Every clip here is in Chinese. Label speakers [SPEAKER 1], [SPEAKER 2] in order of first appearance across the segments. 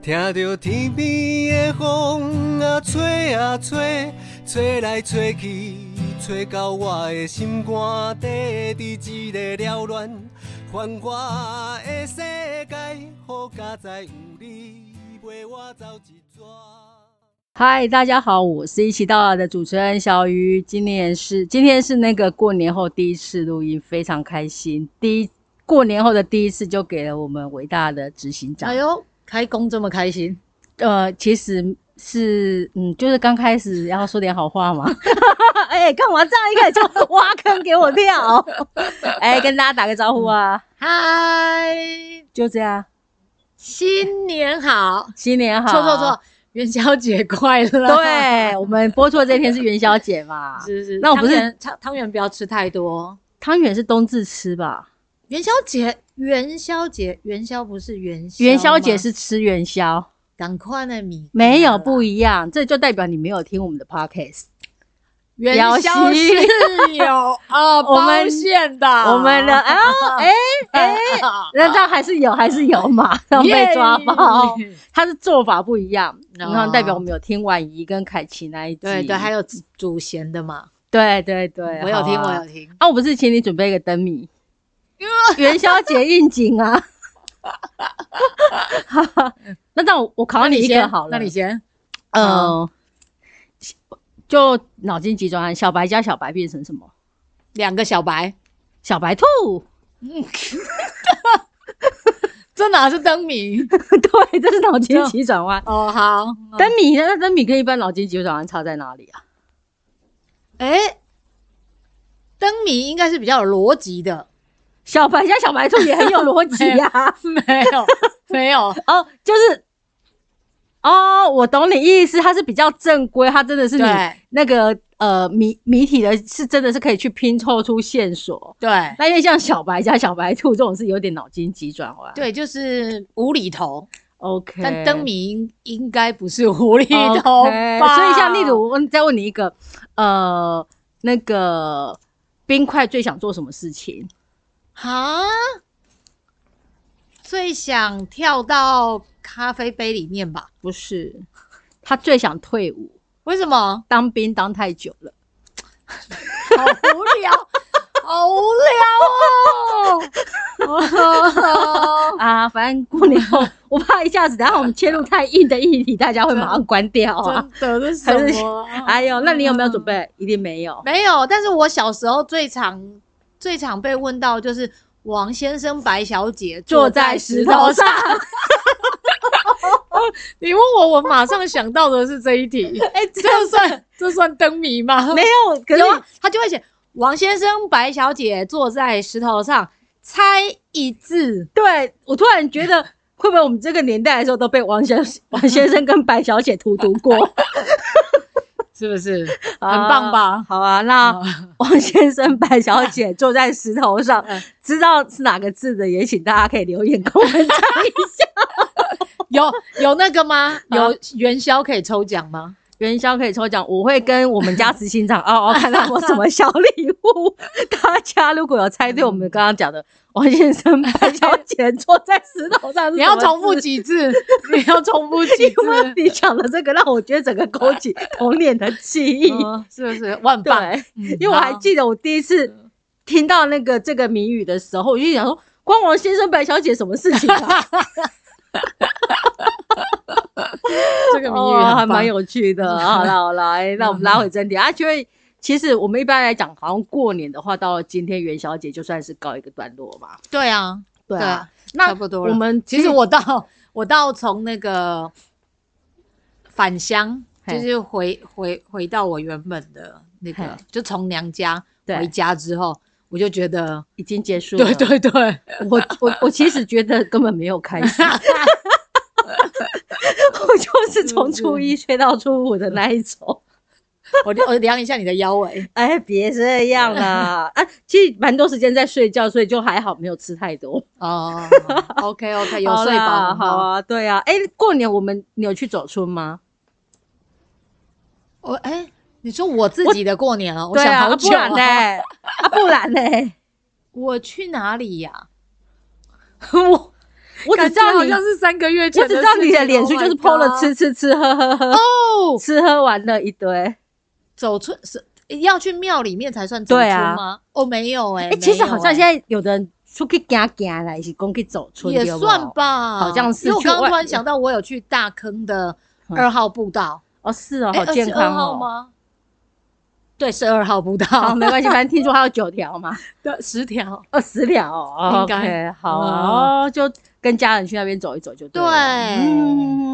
[SPEAKER 1] 听着天边的风啊吹啊吹，吹来吹去，吹到我的心肝底，伫一个缭乱繁华的世界，好佳哉有你陪我走一逝。
[SPEAKER 2] 嗨，大家好，我是一起到老的主持人小鱼。今年是今天是那个过年后第一次录音，非常开心。第一过年后的第一次就给了我们伟大的执行长。
[SPEAKER 3] 哎呦，开工这么开心，
[SPEAKER 2] 呃，其实是嗯，就是刚开始要说点好话嘛。 哎、干嘛这样一开始就挖坑给我跳？哎、跟大家打个招呼
[SPEAKER 3] 嗯
[SPEAKER 2] 啊，
[SPEAKER 3] 嗨，
[SPEAKER 2] 就这样，
[SPEAKER 3] 新年好，
[SPEAKER 2] 新年好。
[SPEAKER 3] 错错错，元宵节快乐。，
[SPEAKER 2] 对我们播出的这天是元宵节嘛，
[SPEAKER 3] 是是。
[SPEAKER 2] 那我不是
[SPEAKER 3] 汤圆汤汤圆不要吃太多。
[SPEAKER 2] 汤圆是冬至吃吧？
[SPEAKER 3] 元宵节，元宵节，元宵不是元宵吗，
[SPEAKER 2] 元宵节是吃元宵。
[SPEAKER 3] 赶快那米啊
[SPEAKER 2] 没有不
[SPEAKER 3] 一
[SPEAKER 2] 一样，这就代表你没有听我们的 podcast。
[SPEAKER 3] 元
[SPEAKER 2] 了
[SPEAKER 3] 宵
[SPEAKER 2] 解
[SPEAKER 3] 是有啊，
[SPEAKER 2] 我们
[SPEAKER 3] 包馅的，
[SPEAKER 2] 我们 的哎呦哎哎，那这样还是有还是有 嘛，然后被抓包，
[SPEAKER 3] 耶
[SPEAKER 2] 他是做法不一样，然后
[SPEAKER 3] 哦
[SPEAKER 2] 代表我们有听婉仪跟凯奇那一集。
[SPEAKER 3] 对对，还
[SPEAKER 2] 有
[SPEAKER 3] 有煮煮咸的嘛，
[SPEAKER 2] 对对对，
[SPEAKER 3] 我有听，
[SPEAKER 2] 好
[SPEAKER 3] 我
[SPEAKER 2] 啊
[SPEAKER 3] 有听。
[SPEAKER 2] 啊，我不是请你准备一个灯 谜，元宵节应景啊。那那我我考你一个好了，
[SPEAKER 3] 那你先。呃
[SPEAKER 2] 嗯，就脑筋急转弯，小白加小白变成什么？
[SPEAKER 3] 两个小白，
[SPEAKER 2] 小白兔。
[SPEAKER 3] 这哪啊是灯谜？
[SPEAKER 2] 对，这是脑筋急转弯。
[SPEAKER 3] 哦，好，
[SPEAKER 2] 灯谜呢？那灯谜跟一般脑筋急转弯差在哪里啊？
[SPEAKER 3] 哎、灯谜应该是比较有逻辑的，
[SPEAKER 2] 小白加小白兔也很有逻辑 呀、
[SPEAKER 3] 哎没有，没有，
[SPEAKER 2] 哦，就是，哦，我懂你意思，它是比较正规，它真的是你
[SPEAKER 3] 对
[SPEAKER 2] 那个呃谜谜题的，是真的是可以去拼凑出线索。
[SPEAKER 3] 对，
[SPEAKER 2] 那因为像小白加小白兔这种是有点脑筋急转弯。
[SPEAKER 3] 对，就是无厘头，
[SPEAKER 2] ，OK。
[SPEAKER 3] 但灯谜应应该不是无厘
[SPEAKER 2] OK，
[SPEAKER 3] 头吧
[SPEAKER 2] 所以像例如，我再问你一个，呃，那个冰块最想做什么事情？
[SPEAKER 3] 哈，最想跳到咖啡杯里面吧？
[SPEAKER 2] 不是，他最想退伍，
[SPEAKER 3] 为什么？
[SPEAKER 2] 当兵当太久了。
[SPEAKER 3] 好无聊， 好无聊 哦。
[SPEAKER 2] 啊，反正过年 后，我怕一下子，然后我们切入太硬的议题，大家会马上关掉啊。
[SPEAKER 3] 真哦的是
[SPEAKER 2] 还是
[SPEAKER 3] 什么啊？
[SPEAKER 2] 哎呦，那你有没有准备？一定没有。
[SPEAKER 3] 没有，但是我小时候最常最常被问到就是王先生、白小姐
[SPEAKER 2] 坐在石头上，
[SPEAKER 3] 你问我，我马上想到的是这一 题。哎、这算这算灯谜吗？
[SPEAKER 2] 没有，可是
[SPEAKER 3] 有啊，他就会写王先生、白小姐坐在石头上，猜一字。
[SPEAKER 2] 对我突然觉得，会不会我们这个年代的时候都被王先王先生跟白小姐荼毒过？
[SPEAKER 3] 是不是很
[SPEAKER 2] 啊
[SPEAKER 3] 棒吧？
[SPEAKER 2] 好啊，那
[SPEAKER 3] 哦
[SPEAKER 2] 王先生、白小 姐坐在石头上
[SPEAKER 3] 嗯，
[SPEAKER 2] 知道是哪个字的，也请大家可以留言跟我们 讲一下。
[SPEAKER 3] 有有那个吗？
[SPEAKER 2] 啊
[SPEAKER 3] 有元宵可以抽奖吗？
[SPEAKER 2] 元宵可以抽奖，我会跟我们家执行长嗷嗷看到有什么小礼 物。大家如果有猜对我们刚刚讲的王先生、白小姐坐在石头上，
[SPEAKER 3] 你要重复？几 次？你要重复几
[SPEAKER 2] 因为
[SPEAKER 3] 次？
[SPEAKER 2] 你讲的这个让我觉得整个勾 起童年的记忆。
[SPEAKER 3] 嗯是 不是？万
[SPEAKER 2] 对
[SPEAKER 3] 棒！，嗯
[SPEAKER 2] 因为我还记得我第一次听到那个这个谜语的时候，我就想说，关王先生、白小姐什么事情啊？
[SPEAKER 3] 这个谜语
[SPEAKER 2] 哦、还
[SPEAKER 3] 很棒
[SPEAKER 2] 蛮有趣 的。好啦好啦，哎，那我们拉回正题啊，因为其实我们一般来讲，好像过年的话，到了今天元宵节就算是告一个段落嘛。
[SPEAKER 3] 对啊，
[SPEAKER 2] 对
[SPEAKER 3] 对
[SPEAKER 2] 啊
[SPEAKER 3] 啊，
[SPEAKER 2] 那
[SPEAKER 3] 差不多了
[SPEAKER 2] 我们嗯
[SPEAKER 3] 其实我到我到从那个返乡，
[SPEAKER 2] 嘿
[SPEAKER 3] 就是回回回到我原本的那
[SPEAKER 2] 嘿
[SPEAKER 3] 个，就从娘家
[SPEAKER 2] 对
[SPEAKER 3] 回家之后，我就觉得，
[SPEAKER 2] 已经结束了。
[SPEAKER 3] 对，对对，
[SPEAKER 2] 我我我其实觉得根本没有开 始。我就是从初
[SPEAKER 3] 嗯
[SPEAKER 2] 一睡到初五的那一 种，
[SPEAKER 3] 我我量一下你的腰围，
[SPEAKER 2] 哎，别这样 啦！啊，其实蛮多时间在睡觉，所以就还好，没有吃太多，
[SPEAKER 3] 哦，OK OK，有
[SPEAKER 2] 好
[SPEAKER 3] 睡
[SPEAKER 2] 啦
[SPEAKER 3] 饱，
[SPEAKER 2] 好。啊，对啊。哎，过年我们你有去走村吗？
[SPEAKER 3] 我哎，你说我自己的过年哦，我
[SPEAKER 2] 对
[SPEAKER 3] 想
[SPEAKER 2] 啊，
[SPEAKER 3] 好
[SPEAKER 2] 啊
[SPEAKER 3] 久
[SPEAKER 2] 不然呢？
[SPEAKER 3] 啊，欸
[SPEAKER 2] 啊，不然呢？
[SPEAKER 3] 我去哪里呀？我
[SPEAKER 2] 我只
[SPEAKER 3] 感
[SPEAKER 2] 知
[SPEAKER 3] 觉
[SPEAKER 2] 道
[SPEAKER 3] 好
[SPEAKER 2] 你，
[SPEAKER 3] 像
[SPEAKER 2] 我
[SPEAKER 3] 是三个月前
[SPEAKER 2] 只知道你
[SPEAKER 3] 事
[SPEAKER 2] 的
[SPEAKER 3] 情
[SPEAKER 2] 脸书
[SPEAKER 3] Oh
[SPEAKER 2] 就
[SPEAKER 3] my
[SPEAKER 2] 是 PO 了
[SPEAKER 3] God
[SPEAKER 2] 吃吃吃喝喝喝，
[SPEAKER 3] 哦，哎
[SPEAKER 2] 吃喝玩乐一堆。
[SPEAKER 3] 走村是要去庙里面才算走村
[SPEAKER 2] 对啊
[SPEAKER 3] 吗？哦，没有哎、
[SPEAKER 2] 哎、其实
[SPEAKER 3] 没有
[SPEAKER 2] 好像
[SPEAKER 3] 欸
[SPEAKER 2] 现在有的人出去行行来，是讲去走村，
[SPEAKER 3] 也
[SPEAKER 2] 对不
[SPEAKER 3] 算。吧，
[SPEAKER 2] 啊好像是
[SPEAKER 3] 因为我
[SPEAKER 2] 去
[SPEAKER 3] 刚刚
[SPEAKER 2] 外
[SPEAKER 3] 突然想到，我有去大坑的
[SPEAKER 2] 嗯
[SPEAKER 3] 二号步道，哎
[SPEAKER 2] 哦，是哦，
[SPEAKER 3] 诶
[SPEAKER 2] 好健
[SPEAKER 3] 22
[SPEAKER 2] 康
[SPEAKER 3] 号
[SPEAKER 2] 哦。
[SPEAKER 3] 吗？对，是二号步
[SPEAKER 2] 好，
[SPEAKER 3] 道，
[SPEAKER 2] 没关系，反正听说还有九条 嘛，
[SPEAKER 3] 对， 十条。
[SPEAKER 2] 二十条哦。
[SPEAKER 3] 应该嗯
[SPEAKER 2] OK，好啊、哦，就跟家人去那边走一走就
[SPEAKER 3] 对
[SPEAKER 2] 了。，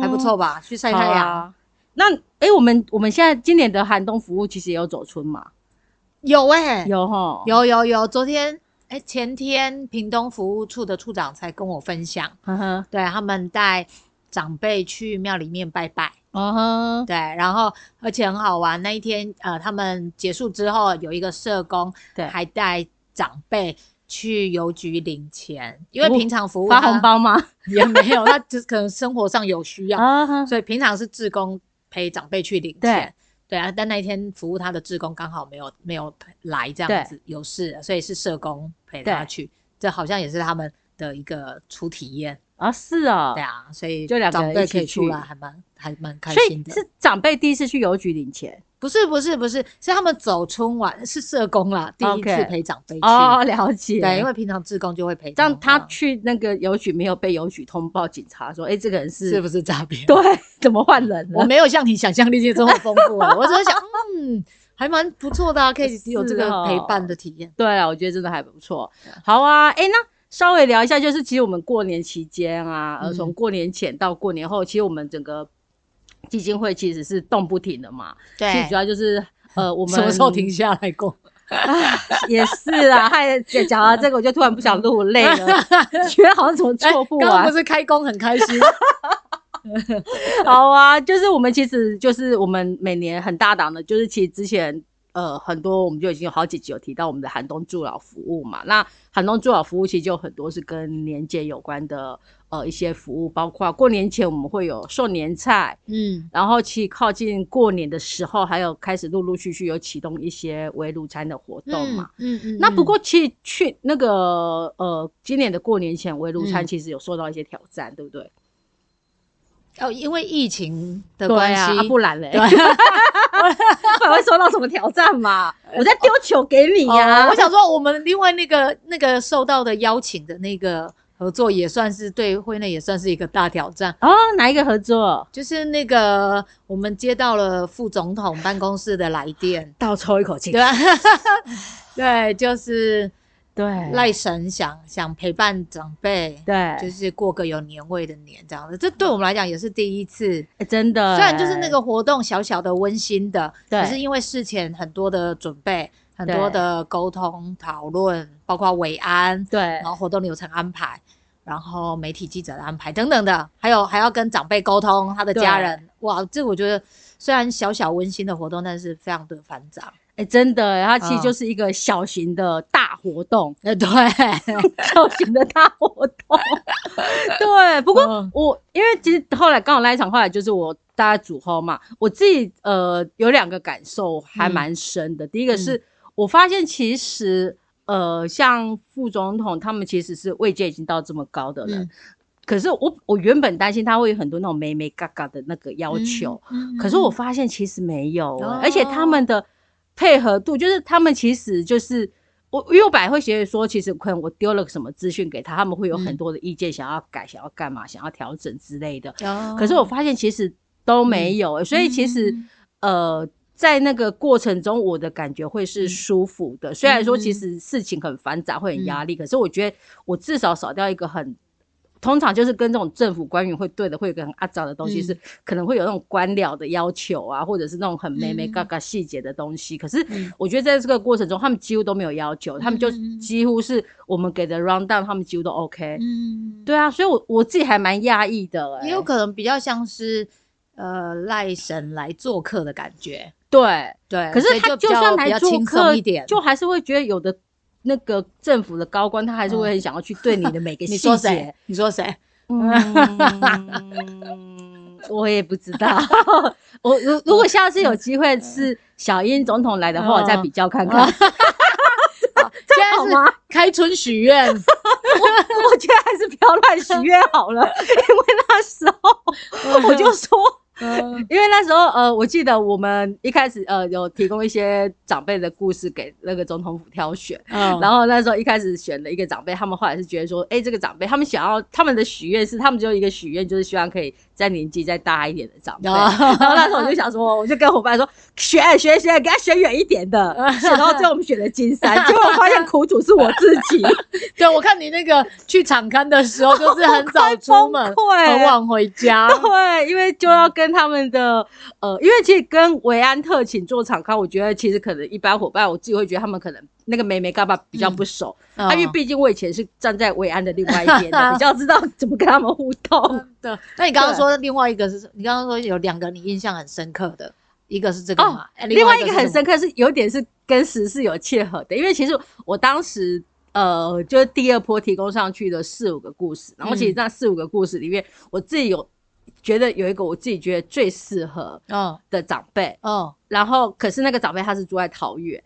[SPEAKER 3] 还不错吧？去晒太
[SPEAKER 2] 嗯好
[SPEAKER 3] 阳。
[SPEAKER 2] 啊。那哎、我们我们现在今年的寒冬服务其实也有走村嘛，
[SPEAKER 3] 有哎，
[SPEAKER 2] 有哈，
[SPEAKER 3] 有有有，昨天哎前天屏东服务处的处长才跟我分享，
[SPEAKER 2] 呵呵，
[SPEAKER 3] 对他们带长辈去庙里面拜拜。
[SPEAKER 2] 哦
[SPEAKER 3] 对，然后而且很好玩。那一天，呃，他们结束之后，有一个社工
[SPEAKER 2] 对
[SPEAKER 3] 还带长辈去邮局领钱，因为
[SPEAKER 2] 哦
[SPEAKER 3] 平常服
[SPEAKER 2] 呵，
[SPEAKER 3] 务
[SPEAKER 2] 发
[SPEAKER 3] 他
[SPEAKER 2] 红包吗？
[SPEAKER 3] 也没有，他就是可能生活上有需要，
[SPEAKER 2] 啊哈，
[SPEAKER 3] 所以平常是志工陪长辈去领
[SPEAKER 2] 对
[SPEAKER 3] 钱。对啊，但那一天服务他的志工刚好没有没有来这
[SPEAKER 2] 对
[SPEAKER 3] 样子，有事，所以是社工陪
[SPEAKER 2] 对
[SPEAKER 3] 他去。这好像也是他们的一个初体验，
[SPEAKER 2] 啊是哦
[SPEAKER 3] 对，啊，所以
[SPEAKER 2] 就两个
[SPEAKER 3] 长
[SPEAKER 2] 人
[SPEAKER 3] 辈
[SPEAKER 2] 一起
[SPEAKER 3] 可以出
[SPEAKER 2] 去
[SPEAKER 3] 来，还蛮还蛮开
[SPEAKER 2] 所
[SPEAKER 3] 心
[SPEAKER 2] 以
[SPEAKER 3] 的。
[SPEAKER 2] 是长辈第一次去邮局领钱
[SPEAKER 3] 不是不是不是，是他们走春晚是社工啦，第一
[SPEAKER 2] OK
[SPEAKER 3] 次陪长辈去。
[SPEAKER 2] 哦，了解，
[SPEAKER 3] 对，因为平常志工就会陪
[SPEAKER 2] 让
[SPEAKER 3] 同啊
[SPEAKER 2] 他
[SPEAKER 3] 嘛
[SPEAKER 2] 去那个邮局没有被邮局通报，警察说，哎、这个人是
[SPEAKER 3] 是不是诈骗？
[SPEAKER 2] 对，怎么换人了？
[SPEAKER 3] 我没有像你想象力这么丰 富、啊，我只是想，嗯，还蛮不错的、啊，可以有这
[SPEAKER 2] 是
[SPEAKER 3] 个
[SPEAKER 2] 哦
[SPEAKER 3] 陪伴的体验。
[SPEAKER 2] 对啊，我觉得真的还不错。好啊，哎、那稍微聊一下，就是其实我们过年期间啊，呃，
[SPEAKER 3] 嗯
[SPEAKER 2] 从过年前到过年后，其实我们整个基金会其实是动不停的嘛。其实主要就是呃，我们
[SPEAKER 3] 什么时候停下来过？
[SPEAKER 2] 也是啊。害讲讲到这个，我就突然不想录，累了，啊觉得好像怎么
[SPEAKER 3] 哎
[SPEAKER 2] 做不
[SPEAKER 3] 刚刚
[SPEAKER 2] 完
[SPEAKER 3] 不。是开工很开 心，
[SPEAKER 2] 好啊，就是我们其实就是我们每年很大档的，就是其实之前呃很多我们就已经有好几集有提到我们的寒冬助老服务嘛。那寒冬助老服务其实就有很多是跟年节有关的呃一些服务，包括过年前我们会有送年菜，
[SPEAKER 3] 嗯，
[SPEAKER 2] 然后其实靠近过年的时候，还有开始陆陆续续有启动一些围炉餐的活动嘛。
[SPEAKER 3] 嗯，嗯嗯
[SPEAKER 2] 那不过，其实去那个呃，今年的过年前围炉餐
[SPEAKER 3] 嗯
[SPEAKER 2] 其实有受到一些挑战，对不对？
[SPEAKER 3] 哦，因为疫情的
[SPEAKER 2] 对
[SPEAKER 3] 关
[SPEAKER 2] 啊，
[SPEAKER 3] 系，
[SPEAKER 2] 啊不然嘞，
[SPEAKER 3] 对
[SPEAKER 2] 不然会受到什么挑战嘛？我在丢球给你呀、
[SPEAKER 3] 哦我想说，我们另外那个那个受到的邀请的那个合作，也算是对会内也算是一个大挑战。
[SPEAKER 2] 哦，哪一个合作？，
[SPEAKER 3] 就是那个我们接到了副总统办公室的来 电
[SPEAKER 2] 倒抽一口气
[SPEAKER 3] 对，吧？ 对，就是
[SPEAKER 2] 对，
[SPEAKER 3] 赖神想想陪伴长辈，
[SPEAKER 2] 对，
[SPEAKER 3] 就
[SPEAKER 2] 哎
[SPEAKER 3] 是过个有年味的年这样子。这对我们来讲也是第一次。
[SPEAKER 2] 欸真的，
[SPEAKER 3] 虽然就是那个活动小小的温馨的，
[SPEAKER 2] 对
[SPEAKER 3] 可是因为事前很多的准备、很多
[SPEAKER 2] 对
[SPEAKER 3] 的沟通讨论，包括维安，
[SPEAKER 2] 对
[SPEAKER 3] 然后活动流程安排，然后媒体记者的安排等等的，还有还要跟长辈沟通，他的家人，哇，这我觉得虽然小小温馨的活动，但是非常的繁杂。
[SPEAKER 2] 哎真的，它其实
[SPEAKER 3] 嗯
[SPEAKER 2] 就是一个小型的大活动，
[SPEAKER 3] 呃，对，
[SPEAKER 2] 小型的大活动。对，不过
[SPEAKER 3] 嗯
[SPEAKER 2] 我因为其实后来刚好那一场，后来就是我大家组后嘛，我自己呃有两个感受
[SPEAKER 3] 嗯
[SPEAKER 2] 还蛮深的。第一个是、我发现其实呃像副总统他们其实是位阶已经到这么高的人，
[SPEAKER 3] 嗯
[SPEAKER 2] 可是我我原本担心他会有很多那种美美嘎嘎的那个要求，
[SPEAKER 3] 嗯，嗯
[SPEAKER 2] 可是我
[SPEAKER 3] 嗯
[SPEAKER 2] 发现其实没有、欸
[SPEAKER 3] 哦
[SPEAKER 2] 而且他们的配合度，就是他们其实就是我，因为我本来会觉得说，其实可能我丢了什么资讯给他，他们会有很
[SPEAKER 3] 嗯
[SPEAKER 2] 多的意见，想要改、想要干嘛、想要调整之类的。
[SPEAKER 3] 哦
[SPEAKER 2] 可是我发现其实都没有欸、所以其实、
[SPEAKER 3] 嗯
[SPEAKER 2] 呃，在那个过程中，我的感觉会是
[SPEAKER 3] 嗯
[SPEAKER 2] 舒服的。虽然说其
[SPEAKER 3] 嗯
[SPEAKER 2] 实事情很繁杂，会很压力，可是我觉得我至少少掉一个很。通常就是跟这种政府官员会对的，会有一个很阿杂的东西，
[SPEAKER 3] 嗯
[SPEAKER 2] 是可能会有那种官僚的要求啊，或者是那种很美美嘎嘎细节的东西。可是
[SPEAKER 3] 嗯
[SPEAKER 2] 我觉得在这个过程中，他们几乎都没有要求，他们就
[SPEAKER 3] 嗯嗯嗯
[SPEAKER 2] 几乎是我们给的 round down，他们几乎都 OK。
[SPEAKER 3] 嗯，
[SPEAKER 2] 对啊，所以我我自己还蛮讶异的、欸，
[SPEAKER 3] 也有可能比较像是呃赖神来做客的感觉。
[SPEAKER 2] 对，
[SPEAKER 3] 对，
[SPEAKER 2] 可
[SPEAKER 3] 所
[SPEAKER 2] 是
[SPEAKER 3] 以
[SPEAKER 2] 他
[SPEAKER 3] 就
[SPEAKER 2] 就
[SPEAKER 3] 比较
[SPEAKER 2] 算
[SPEAKER 3] 比
[SPEAKER 2] 来
[SPEAKER 3] 较
[SPEAKER 2] 做
[SPEAKER 3] 轻
[SPEAKER 2] 客
[SPEAKER 3] 松一点，
[SPEAKER 2] 就还是会觉得有的那个政府的高官，他还是会
[SPEAKER 3] 嗯
[SPEAKER 2] 很想要去对你的每个
[SPEAKER 3] 你
[SPEAKER 2] 细
[SPEAKER 3] 说谁
[SPEAKER 2] 节。？
[SPEAKER 3] 你说谁？
[SPEAKER 2] 嗯，我也不知 道。 我如如果下次有机会是小英总统来的话，
[SPEAKER 3] 嗯
[SPEAKER 2] 我再比较看看。
[SPEAKER 3] 好，现在
[SPEAKER 4] 好
[SPEAKER 3] 是
[SPEAKER 4] 吗？
[SPEAKER 3] 开春许愿，
[SPEAKER 4] 我觉得还是不要乱许愿好了，因为那时候我就说，
[SPEAKER 3] 嗯
[SPEAKER 2] 因为那时候，呃，我记得我们一开始，呃，有提供一些长辈的故事给那个总统府挑选，
[SPEAKER 3] 嗯
[SPEAKER 2] 然后那时候一开始选了一个长辈，他们后来是觉得说，哎、这个长辈他们想要他们的许愿是，他们只有一个许愿，就是希望可以再年纪再大一点的长辈。
[SPEAKER 3] 哦
[SPEAKER 2] 然后那时候我就想说，我就跟伙伴说，选选选，给他选远一点 的，选到最后我们选了金山，结果我发现苦主是我自己，
[SPEAKER 3] 对，我看你那个去场刊的时 候，就是很 早出门，
[SPEAKER 2] 我快崩溃
[SPEAKER 3] 很晚回 家。
[SPEAKER 2] 对，因为就要跟他们的呃，因为其实跟维安特勤做场刊，我觉得其实可能一般伙伴，我自己会觉得他们可能那个梅梅干爸比较不熟，
[SPEAKER 3] 嗯
[SPEAKER 2] 啊因为毕竟我以前是站在维安的另外一边 的，比较知道怎么跟他们互动。
[SPEAKER 3] 对，那你刚刚说另外一个是，你刚刚说有两个你印象很深刻的，一个是这个嘛，哎
[SPEAKER 2] 哦另外一个很深
[SPEAKER 3] 刻，
[SPEAKER 2] 刻是有点是跟时事有切合的，因为其实我当时。呃，就是第二波提供上去的四五个故事，然后其实
[SPEAKER 3] 嗯
[SPEAKER 2] 那四五个故事里面，我自己有觉得有一个我自己觉得最适合
[SPEAKER 3] 嗯
[SPEAKER 2] 的长辈，
[SPEAKER 3] 嗯
[SPEAKER 2] 然后可是那个长辈他是住在桃园，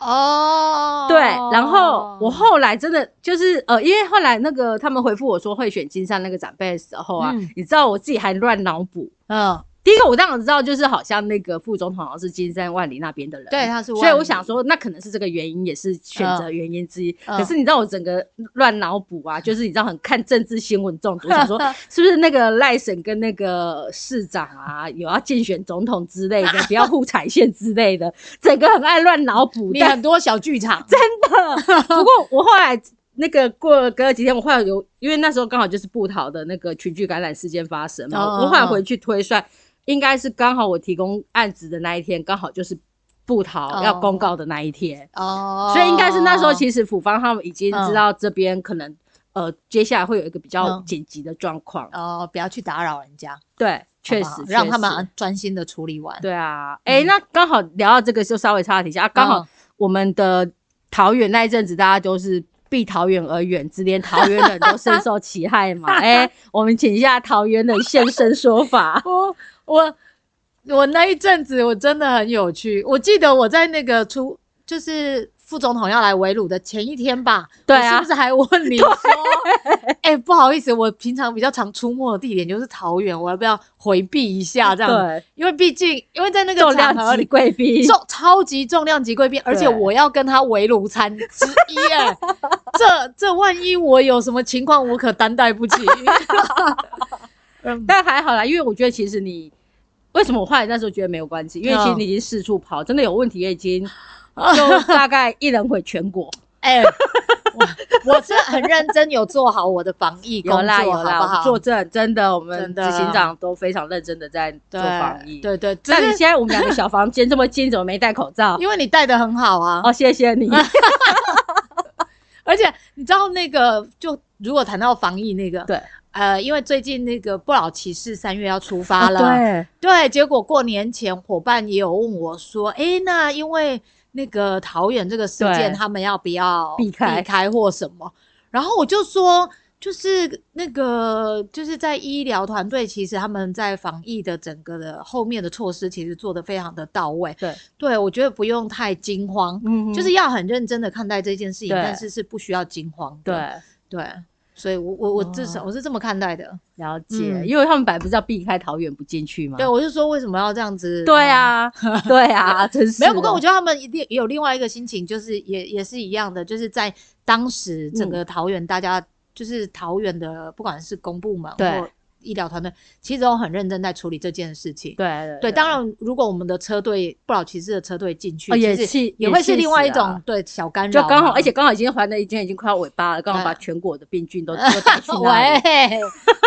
[SPEAKER 3] 哦，
[SPEAKER 2] 对，然后我后来真的就是呃，因为后来那个他们回复我说会选金山那个长辈的时候啊，
[SPEAKER 3] 嗯
[SPEAKER 2] 你知道我自己还乱脑补。
[SPEAKER 3] 嗯
[SPEAKER 2] 第一个我当然知道，就是好像那个副总统好像是金山万里那边的人，
[SPEAKER 3] 对他是万里
[SPEAKER 2] 所以我想说那可能是这个原因，也是选择原因之一。
[SPEAKER 3] 嗯
[SPEAKER 2] 可是你知道我整个乱脑补啊，就是你知道很看政治新闻中 毒，想说是不是那个赖省跟那个市长啊有要竞选总统之类的，不要互踩线之类的，整个很爱乱脑补。
[SPEAKER 3] 你
[SPEAKER 2] 但
[SPEAKER 3] 很多小剧 场，
[SPEAKER 2] 不过我后来那个过隔了几天，我后来有，因为那时候刚好就是布桃的那个群聚感染事件发生嘛，
[SPEAKER 3] 哦
[SPEAKER 2] 我后来回去推算，应该是刚好我提供案子的那一天，刚好就是布桃要公告的那一天，
[SPEAKER 3] 哦，
[SPEAKER 2] 所以应该是那时候
[SPEAKER 3] 实
[SPEAKER 2] 其实府方他们已经知道这边可能、呃接下来会有一个比较
[SPEAKER 3] 嗯
[SPEAKER 2] 紧急的状况，
[SPEAKER 3] 哦，不要去打扰人家，
[SPEAKER 2] 对，确
[SPEAKER 3] 好不
[SPEAKER 2] 实
[SPEAKER 3] 好让
[SPEAKER 2] 确
[SPEAKER 3] 他
[SPEAKER 2] 实
[SPEAKER 3] 们专心的处理完。
[SPEAKER 2] 对啊，哎、
[SPEAKER 3] 嗯
[SPEAKER 2] 那刚好聊到这个，就稍微插题一下，啊刚、好
[SPEAKER 3] 嗯。
[SPEAKER 2] 我们的桃园那一阵子，大家都是避桃园而远之，连桃园人都深受其害 嘛。哎、我们请一下桃园人现身说法
[SPEAKER 3] 我哦我我那一阵子我真的很有趣，我记得我在那个出就是副总统要来围鲁的前一天吧，
[SPEAKER 2] 对啊
[SPEAKER 3] 我是不是还 问你说，哎、不好意思，我平常比较常出没的地点就是桃园，我要不要回避一下这样子？
[SPEAKER 2] 对，
[SPEAKER 3] 因为毕竟因为在那个
[SPEAKER 2] 重
[SPEAKER 3] 场合
[SPEAKER 2] 量级
[SPEAKER 3] 里。
[SPEAKER 2] 贵宾，
[SPEAKER 3] 重超级重量级贵宾，而且我要跟他围炉餐之一哎、 这这万一我有什么情况，我可担待不 起。嗯
[SPEAKER 2] 但还好啦，因为我觉得其实你为什么我后来那时候觉得没有关系，因为其实
[SPEAKER 3] 嗯
[SPEAKER 2] 你已经四处跑，真的有问题也已经 就大概一人毁全国。
[SPEAKER 3] 哎、我我是很认真有做好我的防疫工
[SPEAKER 2] 有
[SPEAKER 3] 作，
[SPEAKER 2] 啦有啦，
[SPEAKER 3] 好不好？
[SPEAKER 2] 作证真的，我们
[SPEAKER 3] 真
[SPEAKER 2] 执
[SPEAKER 3] 的
[SPEAKER 2] 行长都非常认真的在做防疫。
[SPEAKER 3] 对对对，只
[SPEAKER 2] 那你
[SPEAKER 3] 是
[SPEAKER 2] 现在我们两个小房间这么近，怎么没戴口罩？
[SPEAKER 3] 因为你带的很好啊，
[SPEAKER 2] 哦，谢谢你。
[SPEAKER 3] 而且你知道那个，就如果谈到防疫那个，
[SPEAKER 2] 对，
[SPEAKER 3] 呃，因为最近那个不老骑士三月要出发了，
[SPEAKER 2] 哦对，
[SPEAKER 3] 对，结果过年前伙伴也有问我说，诶，那因为那个桃园这个事件，
[SPEAKER 2] 对
[SPEAKER 3] 他们要不要
[SPEAKER 2] 避开
[SPEAKER 3] 避开或什么？然后我就说，就是那个就是在医疗团队，其实他们在防疫的整个的后面的措施，其实做得非常的到位。
[SPEAKER 2] 对，
[SPEAKER 3] 对我觉得不用太惊慌，
[SPEAKER 2] 嗯
[SPEAKER 3] 就是要很认真的看待这件事情，
[SPEAKER 2] 对
[SPEAKER 3] 但是是不需要惊慌
[SPEAKER 2] 对
[SPEAKER 3] 的。对对，所以我我我至少
[SPEAKER 2] 哦
[SPEAKER 3] 我是这么看待的。
[SPEAKER 2] 了解，
[SPEAKER 3] 嗯
[SPEAKER 2] 因为他们本来不是要避开桃园不进去吗？
[SPEAKER 3] 对，我就说为什么要这样子？
[SPEAKER 2] 嗯对
[SPEAKER 3] 嗯
[SPEAKER 2] 啊，对啊，真是
[SPEAKER 3] 没有，不过我
[SPEAKER 2] 觉
[SPEAKER 3] 觉得他们一定也有另外一个心情，就是也也是一样的，就是在当时整
[SPEAKER 2] 嗯
[SPEAKER 3] 个桃园，大家、就是桃园的，不管是公部门
[SPEAKER 2] 对
[SPEAKER 3] 或医疗团队，其实都很认真在处理这件事情。
[SPEAKER 2] 对
[SPEAKER 3] 对，当然，如果我们的车队不老骑士的车队进去，
[SPEAKER 2] 哦也
[SPEAKER 3] 其实
[SPEAKER 2] 气
[SPEAKER 3] 也
[SPEAKER 2] 也
[SPEAKER 3] 会
[SPEAKER 2] 气
[SPEAKER 3] 是另外一
[SPEAKER 2] 死
[SPEAKER 3] 种、
[SPEAKER 2] 啊
[SPEAKER 3] 对小干
[SPEAKER 2] 就
[SPEAKER 3] 扰嘛，
[SPEAKER 2] 刚好，而且刚好已经还的已经已经快要尾巴了，刚好
[SPEAKER 3] 对
[SPEAKER 2] 把全国的病菌都都带去那里。。
[SPEAKER 3] 喂，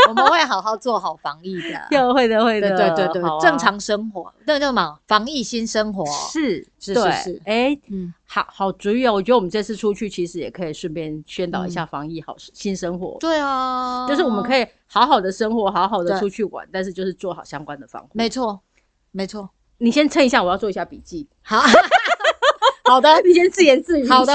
[SPEAKER 3] 我们会好好做好防疫的
[SPEAKER 2] 又会的会
[SPEAKER 3] 对
[SPEAKER 2] 的，
[SPEAKER 3] 对对对，
[SPEAKER 2] 好啊
[SPEAKER 3] 正常生活，那个叫什么？防疫新生活。
[SPEAKER 2] 是
[SPEAKER 3] 是
[SPEAKER 2] 对
[SPEAKER 3] 是是
[SPEAKER 2] 哎，
[SPEAKER 3] 嗯，
[SPEAKER 2] 好好主意哦！我觉得我们这次出去其实也可以顺便宣导一下防疫好新生活，
[SPEAKER 3] 对啊，
[SPEAKER 2] 就是我们
[SPEAKER 3] 以，
[SPEAKER 2] 可以好好的生活，好好的
[SPEAKER 3] 对
[SPEAKER 2] 出去玩，但是就是做好相关的防护。
[SPEAKER 3] 没错，没错。
[SPEAKER 2] 你先称一下，我要做一下笔记。
[SPEAKER 3] 好 好的，
[SPEAKER 2] 你先自言自语一下。
[SPEAKER 3] 好的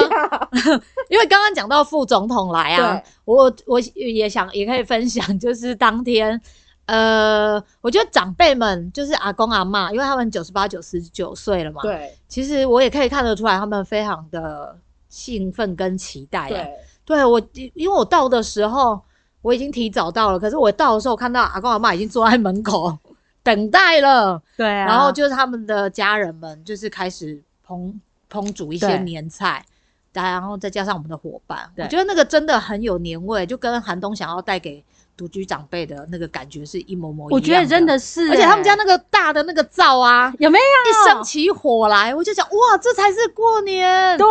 [SPEAKER 3] 因为刚刚讲到副总统来啊
[SPEAKER 2] 对，
[SPEAKER 3] 我我也想也可以分享，就是当天，呃，我觉得长辈们就是阿公阿嬷，因为他们九十八、九十九岁了嘛，，
[SPEAKER 2] 对，
[SPEAKER 3] 其实我也可以看得出来，他们非常的兴奋跟期
[SPEAKER 2] 哎
[SPEAKER 3] 待、啊。对我，因为我到的时候我已经提早到了，可是我到的时候看到阿公阿妈已经坐在门口等待了，
[SPEAKER 2] 对啊，
[SPEAKER 3] 然后就是他们的家人们就是开始烹烹煮一些
[SPEAKER 2] 对
[SPEAKER 3] 年菜。然后再加上我们的伙伴，我
[SPEAKER 2] 对
[SPEAKER 3] 觉得那个真的很有年味，就跟寒冬想要带给独居长辈的那个感觉是一模模一样。
[SPEAKER 5] 我觉得真的是欸、
[SPEAKER 3] 而且他们家
[SPEAKER 2] 哎
[SPEAKER 3] 那个大的那个灶啊，
[SPEAKER 2] 有没有
[SPEAKER 3] 一升起火来，我就想哇，这才是过年。
[SPEAKER 2] 对，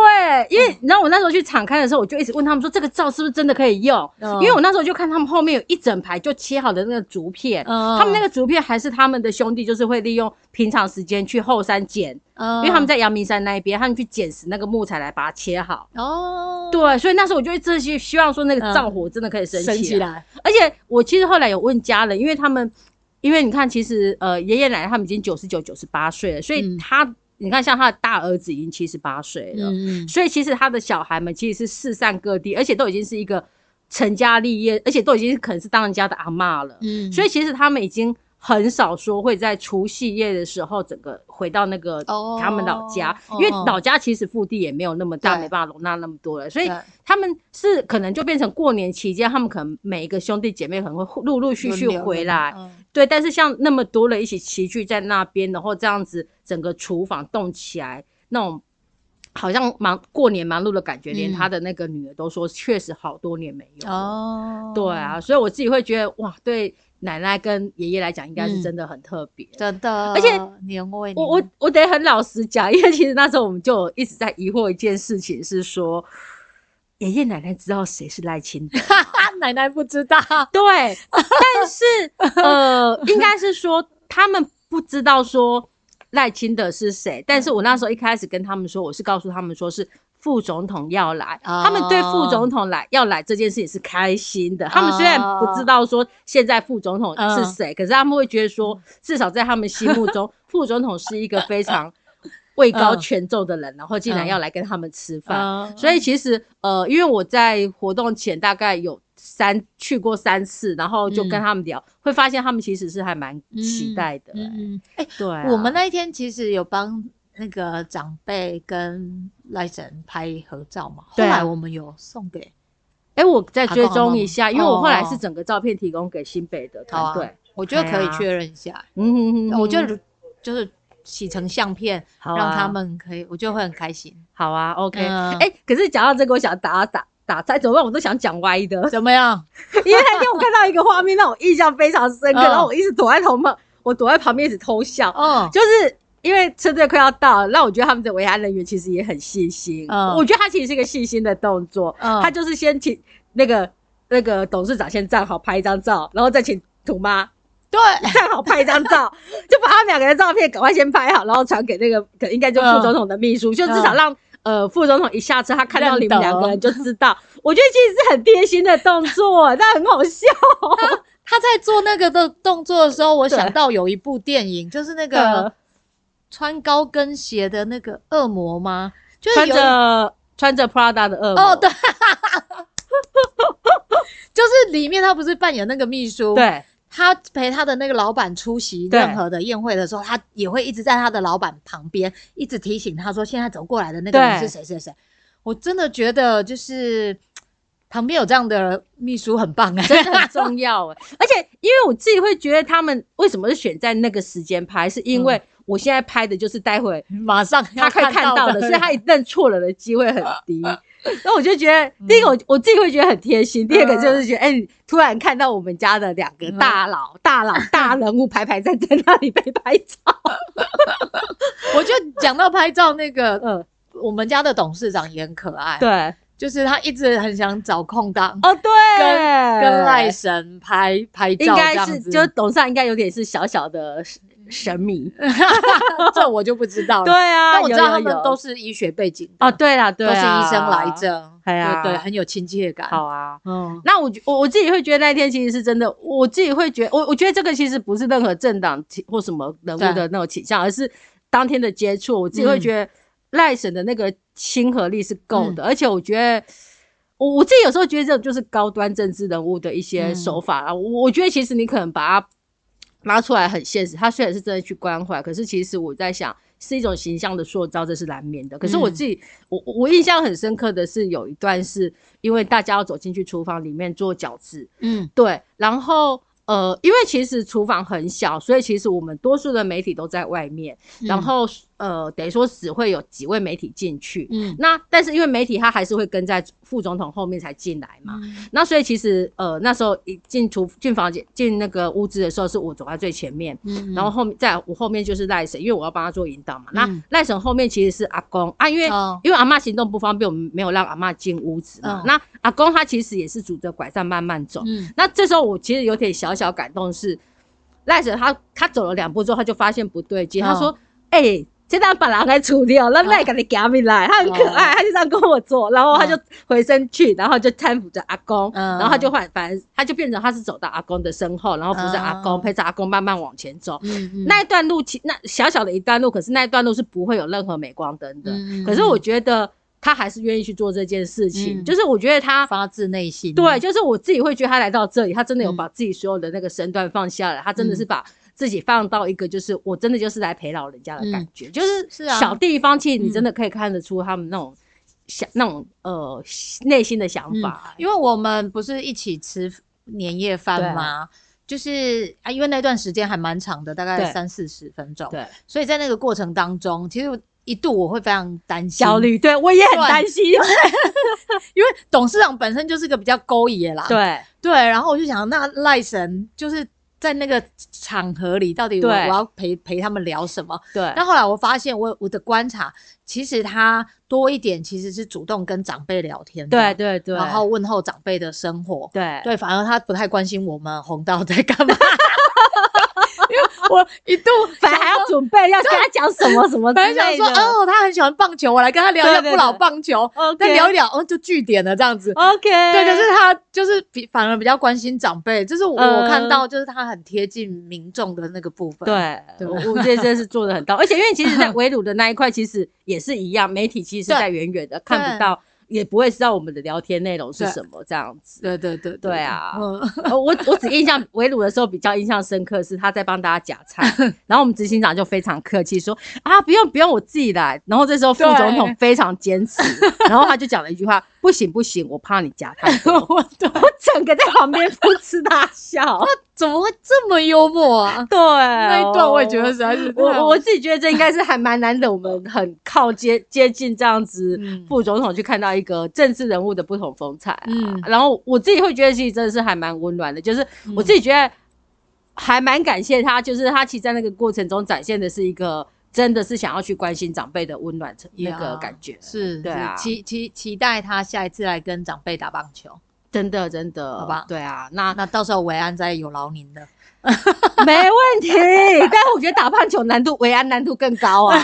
[SPEAKER 2] 因为你知道我那时候去敞开的时候，我就一直问他们说这个灶是不是真的可以用？
[SPEAKER 3] 嗯
[SPEAKER 2] 因为我那时候就看他们后面有一整排就切好的那个竹片，
[SPEAKER 3] 嗯
[SPEAKER 2] 他们那个竹片还是他们的兄弟，就是会利用平常时间去后山捡，
[SPEAKER 3] 嗯
[SPEAKER 2] 因为他们在阳明山那一边，他们去捡拾那个木材来把它切好。
[SPEAKER 3] 哦，
[SPEAKER 2] 对，所以那时候我就一直希希望说那个灶火真的可以升
[SPEAKER 3] 嗯升
[SPEAKER 2] 起
[SPEAKER 3] 起
[SPEAKER 2] 来。
[SPEAKER 3] 来，
[SPEAKER 2] 而且我其实后来有问家人，因为他们，因为你看，其实呃爷爷奶奶他们已经九十九、九十八岁了，所以
[SPEAKER 3] 嗯
[SPEAKER 2] 他、你看像他的大儿子已经七十八岁了，
[SPEAKER 3] 嗯，
[SPEAKER 2] 所以其实他的小孩们其实是四散各地，而且都已经是一个成家立业，而且都已经可能是当人家的阿嬷了。
[SPEAKER 3] 嗯
[SPEAKER 2] 所
[SPEAKER 3] 以
[SPEAKER 2] 以其实他们已经很少说会在除夕夜的时候整个回到那个
[SPEAKER 3] 哦
[SPEAKER 2] 他们老家，
[SPEAKER 3] 哦
[SPEAKER 2] 因为老家其实腹地也没有那么大，
[SPEAKER 3] 对
[SPEAKER 2] 没办法容纳那么多人，所以
[SPEAKER 3] 对
[SPEAKER 2] 他们是可能就变成过年期间，他们可能每一个兄弟姐妹可能会陆陆续续回来。对，但是像那么多人一起齐聚在那边，然后这样子整个厨房动起来，那种好像忙过年忙碌的感觉，连
[SPEAKER 3] 嗯
[SPEAKER 2] 他的那个女儿都说，确实好多年没有了。
[SPEAKER 3] 哦，
[SPEAKER 2] 对，啊，所以我自己会觉得哇，对奶奶跟爷爷来讲，应该是真的很特别。
[SPEAKER 3] 真的，
[SPEAKER 2] 而且
[SPEAKER 3] 年味，
[SPEAKER 2] 我我我得很老实讲，因为其实那时候我们就有一直在疑惑一件事情，是说爷爷奶奶知道谁是赖清德吗？
[SPEAKER 3] 啊奶奶不知 道，
[SPEAKER 2] 对，但 是呃，应该是说他们不知道说赖清德是谁，但是我那时候一开始跟他们说，我是告诉他们说是。副总统要来，
[SPEAKER 3] 哦
[SPEAKER 2] 他们对副总统来要来这件事情是开心
[SPEAKER 3] 哦
[SPEAKER 2] 的。他们虽然不知道说现在副总统是
[SPEAKER 3] 嗯
[SPEAKER 2] 谁，可是他们会觉得说，至少在他们心目 中，副总统是一个非常位高
[SPEAKER 3] 嗯
[SPEAKER 2] 权重的人，然后竟然要来跟他们吃饭，
[SPEAKER 3] 嗯
[SPEAKER 2] 所以其实呃，因为我在活动前大概有三去过三次，然后就跟
[SPEAKER 3] 嗯
[SPEAKER 2] 他们聊，会发现他们其实是还蛮期待的、欸
[SPEAKER 3] 嗯，哎，
[SPEAKER 2] 对啊、
[SPEAKER 3] 我们那一天其实有帮那个长辈跟赖神拍合照嘛，后
[SPEAKER 2] 对啊
[SPEAKER 3] 来我们有送给
[SPEAKER 2] 哎、我再
[SPEAKER 3] 阿
[SPEAKER 2] 追
[SPEAKER 3] 公阿
[SPEAKER 2] 踪
[SPEAKER 3] 嬷
[SPEAKER 2] 一
[SPEAKER 3] 吗
[SPEAKER 2] 下，因为我后来
[SPEAKER 3] 哦
[SPEAKER 2] 是整个照片提供给新北的团
[SPEAKER 3] 好啊
[SPEAKER 2] 队。，
[SPEAKER 3] 我觉得可
[SPEAKER 2] 对
[SPEAKER 3] 以
[SPEAKER 2] 啊
[SPEAKER 3] 确认一下，
[SPEAKER 2] 嗯哼哼哼，
[SPEAKER 3] 我觉得就是洗成相片，
[SPEAKER 2] 好啊
[SPEAKER 3] 让他们可以，我就会很开心。
[SPEAKER 2] 好啊，OK。哎、
[SPEAKER 3] 嗯
[SPEAKER 2] 可是讲到这个，我想打打打岔，怎么办？我都想讲歪的，
[SPEAKER 3] 怎么样？
[SPEAKER 2] 因为那天我看到一个画面让我印象非常深刻，
[SPEAKER 3] 嗯
[SPEAKER 2] 然后我一直躲在头旁，我躲在旁边一直偷笑。
[SPEAKER 3] 嗯，
[SPEAKER 2] 就是因为车队快要到了，那我觉得他们的维安人员其实也很细心。
[SPEAKER 3] 嗯
[SPEAKER 2] 我觉得他其实是一个细心的动作，
[SPEAKER 3] 嗯
[SPEAKER 2] 他就是先请那个那个董事长先站好拍一张照，然后再请土妈
[SPEAKER 3] 对，
[SPEAKER 2] 站好拍一张照，就把他们两个人的照片赶快先拍好，然后传给那个可应该就
[SPEAKER 3] 嗯
[SPEAKER 2] 副总统的秘书，就至少让。呃，副总统一下车，他看到你们
[SPEAKER 3] 认得
[SPEAKER 2] 两个人就知道，我觉得其实是很贴心的动作，但很好笑。
[SPEAKER 3] 他在做那个的动作的时候，我
[SPEAKER 2] 对
[SPEAKER 3] 想到有一部电影，就是那
[SPEAKER 2] 嗯
[SPEAKER 3] 个穿高跟鞋的那个恶魔吗？就是
[SPEAKER 2] 穿
[SPEAKER 3] 有
[SPEAKER 2] 着穿着 Prada 的恶魔，
[SPEAKER 3] 哦，对， 就是里面他不是扮演那个秘书，，
[SPEAKER 2] 对
[SPEAKER 3] 他陪他的那个老板出席
[SPEAKER 2] 对
[SPEAKER 3] 任何的宴会的时候，他也会一直在他的老板旁边，一直提醒他说，现在走过来的那个人
[SPEAKER 2] 对
[SPEAKER 3] 是谁谁谁。我真的觉得就是旁边有这样的秘书很棒哎、
[SPEAKER 2] 真的很重要哎。而且，因为我自己会觉得他们为什么是选在那个时间拍，是因
[SPEAKER 3] 嗯
[SPEAKER 2] 为我现在拍的就是待会
[SPEAKER 3] 马上
[SPEAKER 2] 他会看到的，所以他一认错了的机会很 低。那我就觉得，
[SPEAKER 3] 嗯
[SPEAKER 2] 第一个我我自己会觉得很贴心，第二个就是觉得，哎、你突然看到我们家的两
[SPEAKER 3] 嗯
[SPEAKER 2] 个大佬、大 佬、大人物排排站在那里被拍照，
[SPEAKER 3] 我就讲到拍照那个， 呃
[SPEAKER 2] 嗯，
[SPEAKER 3] 我们家的董事长也很可爱，，
[SPEAKER 2] 对，
[SPEAKER 3] 就是他一直很想找空档
[SPEAKER 2] 哦对，
[SPEAKER 3] 跟跟赖神拍拍
[SPEAKER 2] 应
[SPEAKER 3] 照，这
[SPEAKER 2] 该
[SPEAKER 3] 样
[SPEAKER 2] 是，
[SPEAKER 3] 子
[SPEAKER 2] 就是董事长应该有点是小小的神神迷，
[SPEAKER 3] 这我就不知道了。
[SPEAKER 2] 对，啊，
[SPEAKER 3] 嗯但我知道
[SPEAKER 2] 有
[SPEAKER 3] 他
[SPEAKER 2] 有
[SPEAKER 3] 们
[SPEAKER 2] 有
[SPEAKER 3] 都是医学背景的
[SPEAKER 2] 哦，，对啦，对
[SPEAKER 3] 都是
[SPEAKER 2] 啊
[SPEAKER 3] 医生来着，
[SPEAKER 2] 哎呀
[SPEAKER 3] 对对，很有亲切感。
[SPEAKER 2] 好啊。
[SPEAKER 3] 嗯，
[SPEAKER 2] 那我觉我我自己会觉得那天其实是真的，我自己会觉我我觉得这个其实不是任何政党倾或什么人物
[SPEAKER 3] 对嗯
[SPEAKER 2] 的那种倾向，而是当天的接触，我自己会觉得赖神的那个亲和力是够
[SPEAKER 3] 嗯
[SPEAKER 2] 的，而且我觉得。我我自己有时候觉得这种就是高端政治人物的一些
[SPEAKER 3] 嗯
[SPEAKER 2] 手法啊，我我觉得其实你可能把它拿出来很现实，他虽然是真的去关怀，可是其实我在想，是一种形象的塑造，这是难免的。可是我自己，我我印象很深刻的是有一段是因为大家要走进去厨房里面做饺子，
[SPEAKER 3] 嗯，
[SPEAKER 2] 对，然后。呃，因为其实厨房很小，所以其实我们多数的媒体都在外面，
[SPEAKER 3] 嗯
[SPEAKER 2] 然后呃，等于说只会有几位媒体进去。
[SPEAKER 3] 嗯
[SPEAKER 2] 那但是因为媒体他还是会跟在副总统后面才进来嘛，那所以其实呃那时候一进厨进房间进那个屋子的时候，是我走在最前面，
[SPEAKER 3] 嗯
[SPEAKER 2] 然后后面在我后面就是赖神，因为我要帮他做引导嘛。
[SPEAKER 3] 嗯
[SPEAKER 2] 那赖神后面其实是阿公啊，因为、
[SPEAKER 3] 哦
[SPEAKER 2] 因为阿嬷行动不方便，我们没有让阿嬷进屋子嘛。
[SPEAKER 3] 嗯
[SPEAKER 2] 那阿公他其实也是拄着拐杖慢慢走。
[SPEAKER 3] 嗯
[SPEAKER 2] 那这时候我其实有点小小感动是，赖神他他走了两步之后，他就发现不对劲，
[SPEAKER 3] 嗯
[SPEAKER 2] 他说：“哎、这单把狼给处理哦，那赖给你夹起来，他很可
[SPEAKER 3] 嗯
[SPEAKER 2] 爱，他就这样跟我做，然后他就回身去，然后就搀扶着阿公，
[SPEAKER 3] 嗯
[SPEAKER 2] 然后他就换，反正他就变成他是走到阿公的身后，然后扶着阿公，
[SPEAKER 3] 嗯
[SPEAKER 2] 陪着阿公慢慢往前走。
[SPEAKER 3] 嗯
[SPEAKER 2] 那一段路其那小小的一段路，可是那一段路是不会有任何镁光灯的。
[SPEAKER 3] 嗯嗯
[SPEAKER 2] 可是我觉得他还是愿意去做这件事情，
[SPEAKER 3] 嗯
[SPEAKER 2] 就是我觉得他
[SPEAKER 3] 发自内心，
[SPEAKER 2] 对，就是我自己会觉得他来到这里，他真的有
[SPEAKER 3] 嗯
[SPEAKER 2] 把自己所有的那个身段放下来，他真的是把自己放到一个就是我真的就是来陪老人家的感觉，就是
[SPEAKER 3] 嗯是啊
[SPEAKER 2] 小地方，其实你真
[SPEAKER 3] 嗯
[SPEAKER 2] 的可以看得出他们那种想、那种呃内心的想
[SPEAKER 3] 嗯
[SPEAKER 2] 法。
[SPEAKER 3] 因为我们不是一起吃年夜
[SPEAKER 2] 对
[SPEAKER 3] 饭吗？就是啊，因为那段时间还蛮长的，大概
[SPEAKER 2] 对
[SPEAKER 3] 三四十分钟，
[SPEAKER 2] 对，
[SPEAKER 3] 所以在那个过程当中，其实一度我会非常担心，
[SPEAKER 2] 焦，虑，对我也很
[SPEAKER 3] 对
[SPEAKER 2] 担心。
[SPEAKER 3] 因为董事长本身就是个比较勾引的啦，
[SPEAKER 2] 对，
[SPEAKER 3] 对，然后我就想，那赖神就是在那个场合里，到底我我
[SPEAKER 2] 对
[SPEAKER 3] 要陪陪他们聊什么？
[SPEAKER 2] 对，
[SPEAKER 3] 但后来我发现我，我的观察，其实他多一点其实是主动跟长辈聊天的，
[SPEAKER 2] 对，对，对，
[SPEAKER 3] 然后问候长辈的生活，
[SPEAKER 2] 对，
[SPEAKER 3] 对，反而他不太关心我们红道在干 嘛。因为我一 度
[SPEAKER 2] 本来还要准备要跟他讲什么什么之
[SPEAKER 3] 本来想
[SPEAKER 2] 类
[SPEAKER 3] 说，
[SPEAKER 2] 的。
[SPEAKER 3] 哦，他很喜欢棒球，我来跟他聊一下
[SPEAKER 2] 对对
[SPEAKER 3] 不老
[SPEAKER 2] 对
[SPEAKER 3] 棒球，
[SPEAKER 2] OK
[SPEAKER 3] 但聊一聊，哦，就据点了这样子。
[SPEAKER 2] OK，
[SPEAKER 3] 对，可是他就是比反而比较关心长辈，这是我、
[SPEAKER 2] 嗯
[SPEAKER 3] 我看到，就是他很贴近民众的那个部分。，
[SPEAKER 2] 对，
[SPEAKER 3] 对
[SPEAKER 2] 我我觉得真是做的很到，而且因为其实， 在围堵的那一块，其实也是一样，媒体其实是
[SPEAKER 3] 对
[SPEAKER 2] 在远远的看不到，也不会知道我们的聊天内容是
[SPEAKER 3] 对
[SPEAKER 2] 什么这样子。
[SPEAKER 3] 对对对
[SPEAKER 2] 对啊
[SPEAKER 3] 嗯，
[SPEAKER 2] 呃我我只印象围堵的时候比较印象深刻是他在帮大家夹 菜，然后我们执行长就非常客气说啊不用不用我自己来，然后这时候副
[SPEAKER 3] 对
[SPEAKER 2] 总统非常坚持，然后他就讲了一句话不行不行我怕你夹太 多，我整个在旁边 噗嗤大 笑，
[SPEAKER 3] 怎么会这么幽默啊？
[SPEAKER 2] 对
[SPEAKER 3] 那
[SPEAKER 2] 那
[SPEAKER 3] 一段我也觉得实在 是
[SPEAKER 2] 哎我我我自己觉得这应该是还蛮难得，我们很靠接接近这样子
[SPEAKER 3] 嗯
[SPEAKER 2] 副总统去看到一个政治人物的不同风采、啊，
[SPEAKER 3] 嗯
[SPEAKER 2] 然后我自己会觉得其实真的是还蛮温暖的，就是我
[SPEAKER 3] 嗯
[SPEAKER 2] 自己觉得还蛮感谢他，就是他其实在那个过程中展现的是一个真的是想要去关心长辈的温暖那个感觉，
[SPEAKER 3] 是，
[SPEAKER 2] 对
[SPEAKER 3] 是
[SPEAKER 2] 啊
[SPEAKER 3] 期期期待他下一次来跟长辈打棒球。
[SPEAKER 2] 真的真的，
[SPEAKER 3] 好吧
[SPEAKER 2] 对啊，那
[SPEAKER 3] 那到时候维安再有劳您的。
[SPEAKER 2] 没问题，但我觉得打棒球难度，维安难度更高 啊。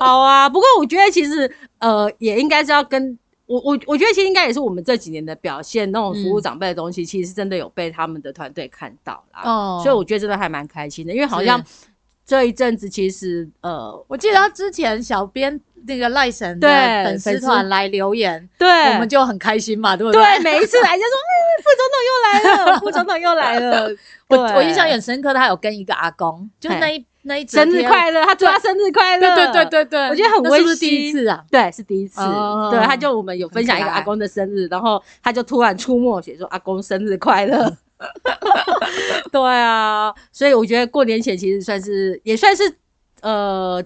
[SPEAKER 2] 好啊，不过我觉得其实呃，也应该是要跟我我我觉得其实应该也是我们这几年的表现，那种服务
[SPEAKER 3] 嗯
[SPEAKER 2] 长辈的东西，其实是真的有被他们的团队看到啦。
[SPEAKER 3] 哦
[SPEAKER 2] 所以我觉得真的还蛮开心的，因为好像这一阵子其实呃，
[SPEAKER 3] 我记得他之前小编那个赖神的
[SPEAKER 2] 对
[SPEAKER 3] 粉丝
[SPEAKER 2] 粉丝
[SPEAKER 3] 团来留言，
[SPEAKER 2] 对，
[SPEAKER 3] 我们就很开心嘛，对不
[SPEAKER 2] 对 每一次来哎就说，嗯，副总统又来了，副总统又来了。
[SPEAKER 3] 我
[SPEAKER 2] 对
[SPEAKER 3] 我印象也很深刻，他有跟一个阿公，就是那一那一整
[SPEAKER 2] 生日
[SPEAKER 3] 天
[SPEAKER 2] 快乐，他祝他生日快
[SPEAKER 3] 对
[SPEAKER 2] 乐，
[SPEAKER 3] 对对对对，
[SPEAKER 2] 我觉得很
[SPEAKER 3] 那是
[SPEAKER 2] 温
[SPEAKER 3] 不是
[SPEAKER 2] 馨
[SPEAKER 3] 第一次啊，
[SPEAKER 2] 对，是第一次。
[SPEAKER 3] 哦
[SPEAKER 2] 对，他就我们有分享一个
[SPEAKER 3] 很可爱
[SPEAKER 2] 阿公的生日，然后他就突然出没写说阿公生日快 乐。对啊，所以我觉得过年前其实算是也算是呃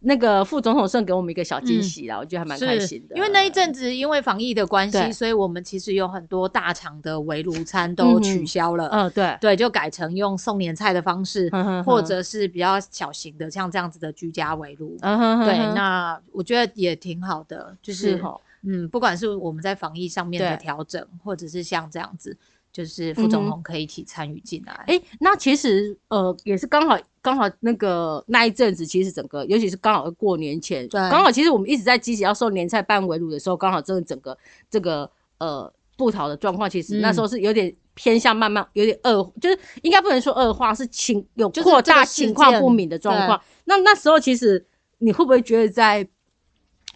[SPEAKER 2] 那个副总统送给我们一个小惊喜啦，我觉得还蛮开
[SPEAKER 3] 嗯是
[SPEAKER 2] 心的。
[SPEAKER 3] 因为那一阵子因为防疫的关系，
[SPEAKER 2] 对
[SPEAKER 3] 所以我们其实有很多大厂的围炉餐都
[SPEAKER 2] 嗯
[SPEAKER 3] 取消了，
[SPEAKER 2] 嗯、对，
[SPEAKER 3] 对，就改成用送年菜的方式，
[SPEAKER 2] 嗯哼
[SPEAKER 3] 或者是比较小型的，像这样子的居家围炉。
[SPEAKER 2] 嗯哼哼
[SPEAKER 3] 对，
[SPEAKER 2] 哼
[SPEAKER 3] 那我觉得也挺好的，就是
[SPEAKER 2] 是哦
[SPEAKER 3] 嗯，不管是我们在防疫上面的
[SPEAKER 2] 对
[SPEAKER 3] 调整，或者是像这样子，就是副
[SPEAKER 2] 嗯
[SPEAKER 3] 总
[SPEAKER 2] 哼
[SPEAKER 3] 统可以一起参与进来。
[SPEAKER 2] 哎、那其实呃也是刚好刚好那个那一阵子，其实整个尤其是刚好过年前，
[SPEAKER 3] 对
[SPEAKER 2] 刚好其实我们一直在积极要送年菜办围炉的时候，刚好真的整个这个呃布桃的状况，其实
[SPEAKER 3] 嗯
[SPEAKER 2] 那时候是有点偏向慢慢有点恶，就是应该不能说恶化，是情有
[SPEAKER 3] 就是
[SPEAKER 2] 扩
[SPEAKER 3] 这个
[SPEAKER 2] 大
[SPEAKER 3] 事
[SPEAKER 2] 情况
[SPEAKER 3] 件
[SPEAKER 2] 不明的状况。那那时候其实你会不会觉得在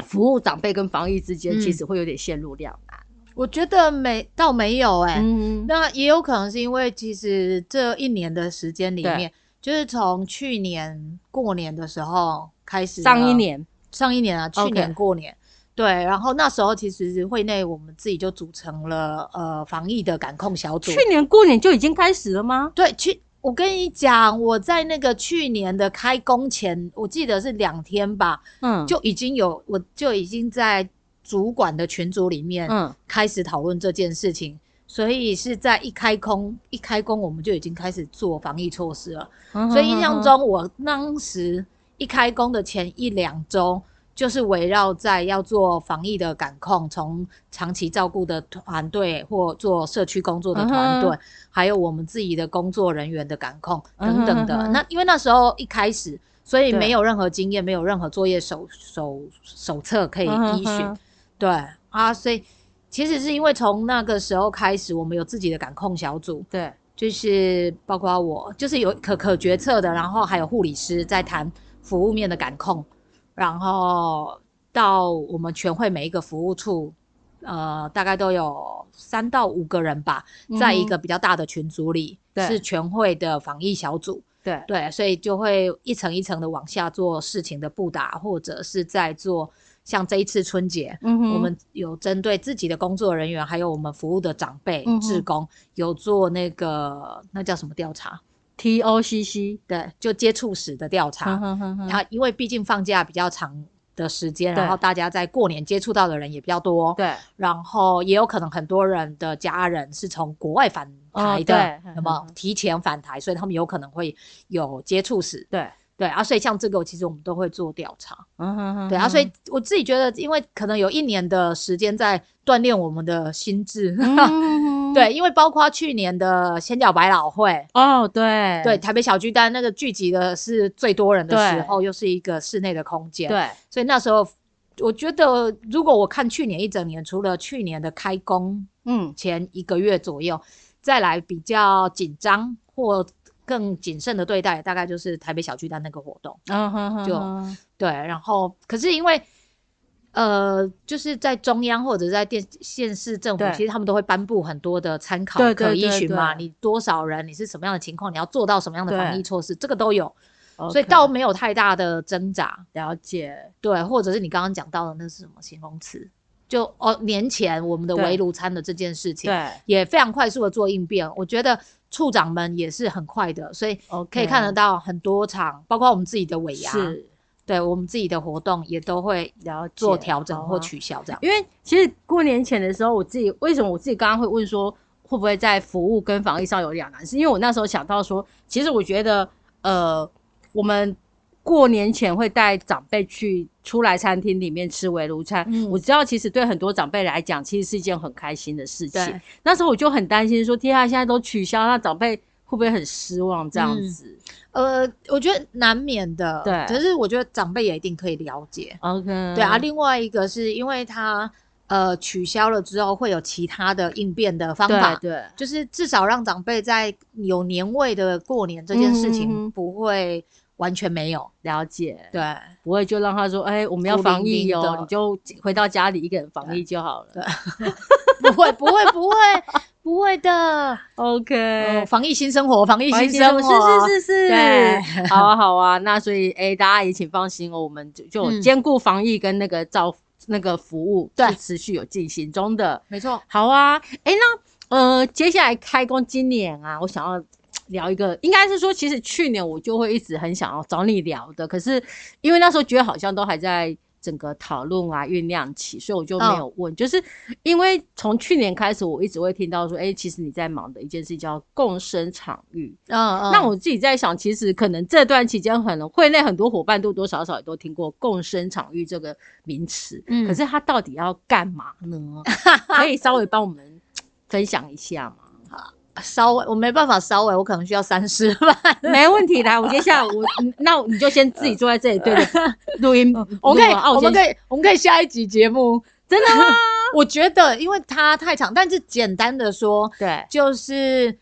[SPEAKER 2] 服务长辈跟防疫之间，
[SPEAKER 3] 嗯
[SPEAKER 2] 其实会有点陷入两难？
[SPEAKER 3] 我觉得没倒没有哎、
[SPEAKER 2] 嗯，
[SPEAKER 3] 那也有可能是因为其实这一年的时间里面，就是从去年过年的时候开始呢，
[SPEAKER 5] 上一年
[SPEAKER 3] 上一年啊，去
[SPEAKER 2] OK
[SPEAKER 3] 年过年。对，然后那时候其实会内我们自己就组成了呃防疫的感控小组。
[SPEAKER 2] 去年过年就已经开始了吗？
[SPEAKER 3] 对，去我跟你讲，我在那个去年的开工前，我记得是两天吧，
[SPEAKER 2] 嗯，
[SPEAKER 3] 就已经有我就已经在主管的群组里面
[SPEAKER 2] 嗯，
[SPEAKER 3] 开始讨论这件事情，所以是在一开工一开工我们就已经开始做防疫措施了。
[SPEAKER 2] 嗯
[SPEAKER 3] 所以印象中，我当时一开工的前一两周，就是围绕在要做防疫的感控，从长期照顾的团队或做社区工作的团队
[SPEAKER 2] 嗯
[SPEAKER 3] 还有我们自己的工作人员的感控
[SPEAKER 2] 嗯哼
[SPEAKER 3] 等等的。
[SPEAKER 2] 嗯哼
[SPEAKER 3] 那因为那时候一开始，所以
[SPEAKER 2] 对
[SPEAKER 3] 没有任何经验，没有任何作业手手手册可以依循。
[SPEAKER 2] 嗯哼
[SPEAKER 3] 对啊，所以其实是因为从那个时候开始，我们有自己的感控小组，
[SPEAKER 2] 对，
[SPEAKER 3] 就是包括我，就是有可可决策的，然后还有护理师在谈服务面的感控，然后到我们全会每一个服务处，呃，大概都有三到五个人吧，在一个比较大的群组里，
[SPEAKER 2] 嗯对
[SPEAKER 3] 是全会的防疫小组，
[SPEAKER 2] 对
[SPEAKER 3] 对，所以就会一层一层的往下做事情的布达，或者是在做像这一次春节，
[SPEAKER 2] 嗯哼
[SPEAKER 3] 我们有针对自己的工作人员，还有我们服务的长辈、
[SPEAKER 2] 嗯哼
[SPEAKER 3] 志工，有做那个那叫什么调查？
[SPEAKER 2] T O C C
[SPEAKER 3] 对，就接触史的调
[SPEAKER 2] 嗯
[SPEAKER 3] 查。然后，因为毕竟放假比较长的时间，
[SPEAKER 2] 对
[SPEAKER 3] 然后大家在过年接触到的人也比较多，
[SPEAKER 2] 对，
[SPEAKER 3] 然后也有可能很多人的家人是从国外返台的
[SPEAKER 2] 哦，对
[SPEAKER 3] 那么提前返台，所以他们有可能会有接触史。
[SPEAKER 2] 对，
[SPEAKER 3] 对啊，所以像这个，其实我们都会做调查。
[SPEAKER 2] 嗯哼哼
[SPEAKER 3] 对啊，所以我自己觉得，因为可能有一年的时间在锻炼我们的心智，
[SPEAKER 2] 嗯
[SPEAKER 3] 对，因为包括去年的仙脚百老汇，
[SPEAKER 2] 哦，对
[SPEAKER 3] 对，台北小巨蛋那个聚集的是最多人的时
[SPEAKER 2] 对
[SPEAKER 3] 候，又是一个室内的空间，，
[SPEAKER 2] 对，
[SPEAKER 3] 所以那时候我觉得，如果我看去年一整年，除了去年的开工
[SPEAKER 2] 嗯
[SPEAKER 3] 前一个月左右，再来比较紧张或更谨慎的对待，大概就是台北小巨蛋那个活动。
[SPEAKER 2] 嗯哼哼
[SPEAKER 3] 就
[SPEAKER 2] 哼
[SPEAKER 3] 对，然后可是因为呃，就是在中央或者在电县市政府
[SPEAKER 2] 对，
[SPEAKER 3] 其实他们都会颁布很多的参考
[SPEAKER 2] 对对
[SPEAKER 3] 可依
[SPEAKER 2] 对
[SPEAKER 3] 循嘛，
[SPEAKER 2] 对
[SPEAKER 3] 你多少人，你是什么样的情况，你要做到什么样的防
[SPEAKER 2] 对
[SPEAKER 3] 疫措施，这个都有，
[SPEAKER 2] OK，
[SPEAKER 3] 所以倒没有太大的挣扎。
[SPEAKER 2] 了解，
[SPEAKER 3] 对，或者是你刚刚讲到的那是什么形容词？就哦，年前我们的
[SPEAKER 2] 对
[SPEAKER 3] 围炉餐的这件事情，
[SPEAKER 2] 对
[SPEAKER 3] 也非常快速的做应变。我觉得处长们也是很快的，所以
[SPEAKER 2] ，OK，
[SPEAKER 3] 可以看得到很多场，包括我们自己的尾牙，
[SPEAKER 2] 是
[SPEAKER 3] 对我们自己的活动也都会
[SPEAKER 2] 了解
[SPEAKER 3] 做调整
[SPEAKER 2] 好
[SPEAKER 3] 或
[SPEAKER 2] 啊
[SPEAKER 3] 取消这样。
[SPEAKER 2] 因为其实过年前的时候，我自己为什么我自己刚刚会问说会不会在服务跟防疫上有两难，是因为我那时候想到说，其实我觉得呃，我们过年前会带长辈去出来餐厅里面吃围炉餐，
[SPEAKER 3] 嗯
[SPEAKER 2] 我知道其实对很多长辈来讲，其实是一件很开心的事情
[SPEAKER 3] 对。
[SPEAKER 2] 那时候我就很担心说，天啊，现在都取消，那长辈会不会很失望这样子、
[SPEAKER 3] 呃，我觉得难免的，
[SPEAKER 2] 对
[SPEAKER 3] 可是我觉得长辈也一定可以了解，
[SPEAKER 2] o k
[SPEAKER 3] 对啊。，另外一个是因为他呃取消了之后，会有其他的应变的方法
[SPEAKER 2] 对，对
[SPEAKER 3] 就是至少让长辈在有年味的过年这件事
[SPEAKER 2] 嗯嗯
[SPEAKER 3] 情
[SPEAKER 2] 嗯
[SPEAKER 3] 不会完全没有，
[SPEAKER 2] 了解，
[SPEAKER 3] 对。
[SPEAKER 2] 不会就让他说，哎、我们要
[SPEAKER 3] 孤
[SPEAKER 2] 防
[SPEAKER 3] 零
[SPEAKER 2] 疫
[SPEAKER 3] 零
[SPEAKER 2] 哦
[SPEAKER 3] 的，
[SPEAKER 2] 你就回到家里一个人防疫就好了。
[SPEAKER 3] 不会，不会，不会，不会 的。
[SPEAKER 2] OK，
[SPEAKER 3] 哦防疫新生活，防疫
[SPEAKER 2] 欢
[SPEAKER 3] 新
[SPEAKER 2] 迎生
[SPEAKER 3] 生
[SPEAKER 2] 活
[SPEAKER 3] 活，
[SPEAKER 2] 是是是是，
[SPEAKER 3] 对
[SPEAKER 2] 好啊好啊，那所以哎、大家也请放心哦，我们就就有
[SPEAKER 3] 嗯
[SPEAKER 2] 兼顾防疫跟那个照那个服务
[SPEAKER 3] 对
[SPEAKER 2] 是持续有进行中的。
[SPEAKER 3] 没错。
[SPEAKER 2] 好啊，哎、那呃接下来开工今年啊，我想要。聊一个，应该是说，其实去年我就会一直很想要找你聊的，可是因为那时候觉得好像都还在整个讨论啊酝酿期，所以我就没有问。就是因为从去年开始，我一直会听到说，哎、其实你在忙的一件事叫共生场域。
[SPEAKER 3] 嗯嗯。
[SPEAKER 2] 那我自己在想，其实可能这段期间，可能会内很多伙伴多多少少也都听过“共生场域”这个名词，
[SPEAKER 3] 嗯
[SPEAKER 2] 可是它到底要干嘛 呢？可以稍微帮我们分享一下吗？
[SPEAKER 3] 啊稍微，我没办法稍微，我可能需要三十万。
[SPEAKER 2] 没问题，来，我接下来我 你那你就先自己坐在这里对 着录音，
[SPEAKER 3] 嗯我们可以，
[SPEAKER 2] 录啊
[SPEAKER 3] 我
[SPEAKER 2] 先
[SPEAKER 3] 们可以，我们可以下一集节目。
[SPEAKER 2] 真的 吗？
[SPEAKER 3] 我觉得，因为它太长，但是简单的说，
[SPEAKER 2] 对，
[SPEAKER 3] 就是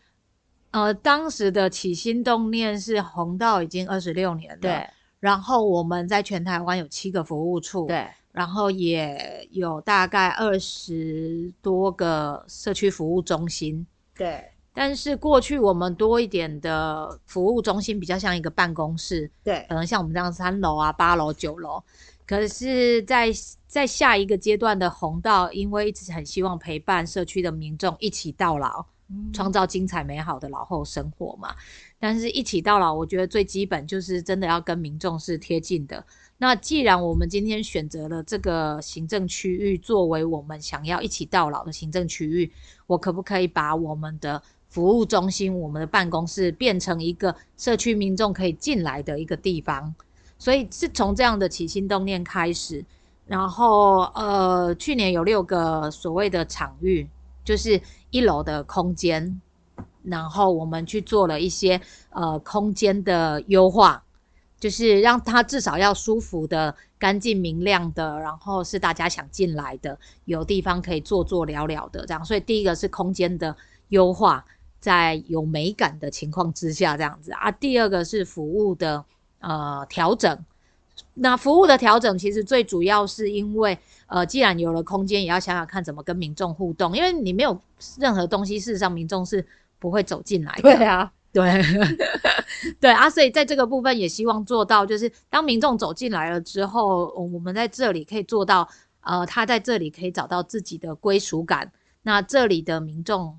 [SPEAKER 3] 呃，当时的起心动念是红到已经二十六年了，
[SPEAKER 2] 对。
[SPEAKER 3] 然后我们在全台湾有七个服务处，，
[SPEAKER 2] 对，
[SPEAKER 3] 然后也有大概二十多个社区服务中心，
[SPEAKER 2] 对，
[SPEAKER 3] 但是过去我们多一点的服务中心比较像一个办公室，
[SPEAKER 2] 对
[SPEAKER 3] 可能像我们这样三楼啊、八楼、九楼。可是在，在下一个阶段的红道，因为一直很希望陪伴社区的民众一起到老，
[SPEAKER 2] 嗯
[SPEAKER 3] 创造精彩美好的老后生活嘛。但是，一起到老，我觉得最基本就是真的要跟民众是贴近的。那既然我们今天选择了这个行政区域作为我们想要一起到老的行政区域，我可不可以把我们的服务中心、我们的办公室变成一个社区民众可以进来的一个地方？所以是从这样的起心动念开始，然后呃，去年有六个所谓的场域，就是一楼的空间，然后我们去做了一些呃空间的优化，就是让它至少要舒服的、干净明亮的，然后是大家想进来的，有地方可以坐坐聊聊的这样。所以第一个是空间的优化，在有美感的情况之下这样子啊。第二个是服务的。呃调整。那服务的调整，其实最主要是因为，呃，既然有了空间，也要想想看怎么跟民众互动，因为你没有任何东西，事实上民众是不会走进来的。
[SPEAKER 2] 对啊，
[SPEAKER 3] 对， 对啊，所以在这个部分也希望做到，就是当民众走进来了之后，我我们在这里可以做到，呃，他在这里可以找到自己的归属感。那这里的民众，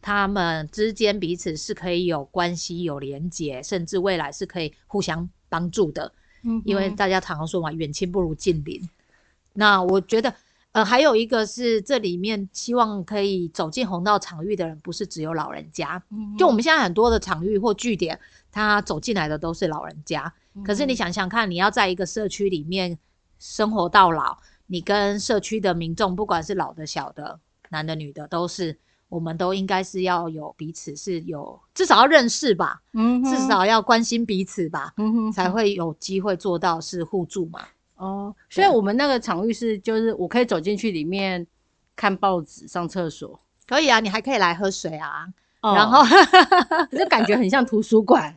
[SPEAKER 3] 他们之间彼此是可以有关系、有连结，甚至未来是可以互相帮助的。
[SPEAKER 2] 嗯
[SPEAKER 3] 因为大家常常说嘛，远亲不如近邻。那我觉得，呃，还有一个是这里面希望可以走进红道场域的人，不是只有老人家。
[SPEAKER 2] 嗯
[SPEAKER 3] 就我们现在很多的场域或据点，他走进来的都是老人家。
[SPEAKER 2] 嗯
[SPEAKER 3] 可是你想想看，你要在一个社区里面生活到老，你跟社区的民众，不管是老的、小的、男的、女的，都是我们都应该是要有彼此是有至少要认识吧，
[SPEAKER 2] 嗯哼，
[SPEAKER 3] 至少要关心彼此吧。
[SPEAKER 2] 嗯哼
[SPEAKER 3] 才会有机会做到是互助嘛。
[SPEAKER 2] 哦，所以我们那个场域是就是我可以走进去里面看报纸、上厕所，
[SPEAKER 3] 可以啊，你还可以来喝水啊。
[SPEAKER 2] 哦
[SPEAKER 3] 然后
[SPEAKER 2] 就感觉很像图书馆。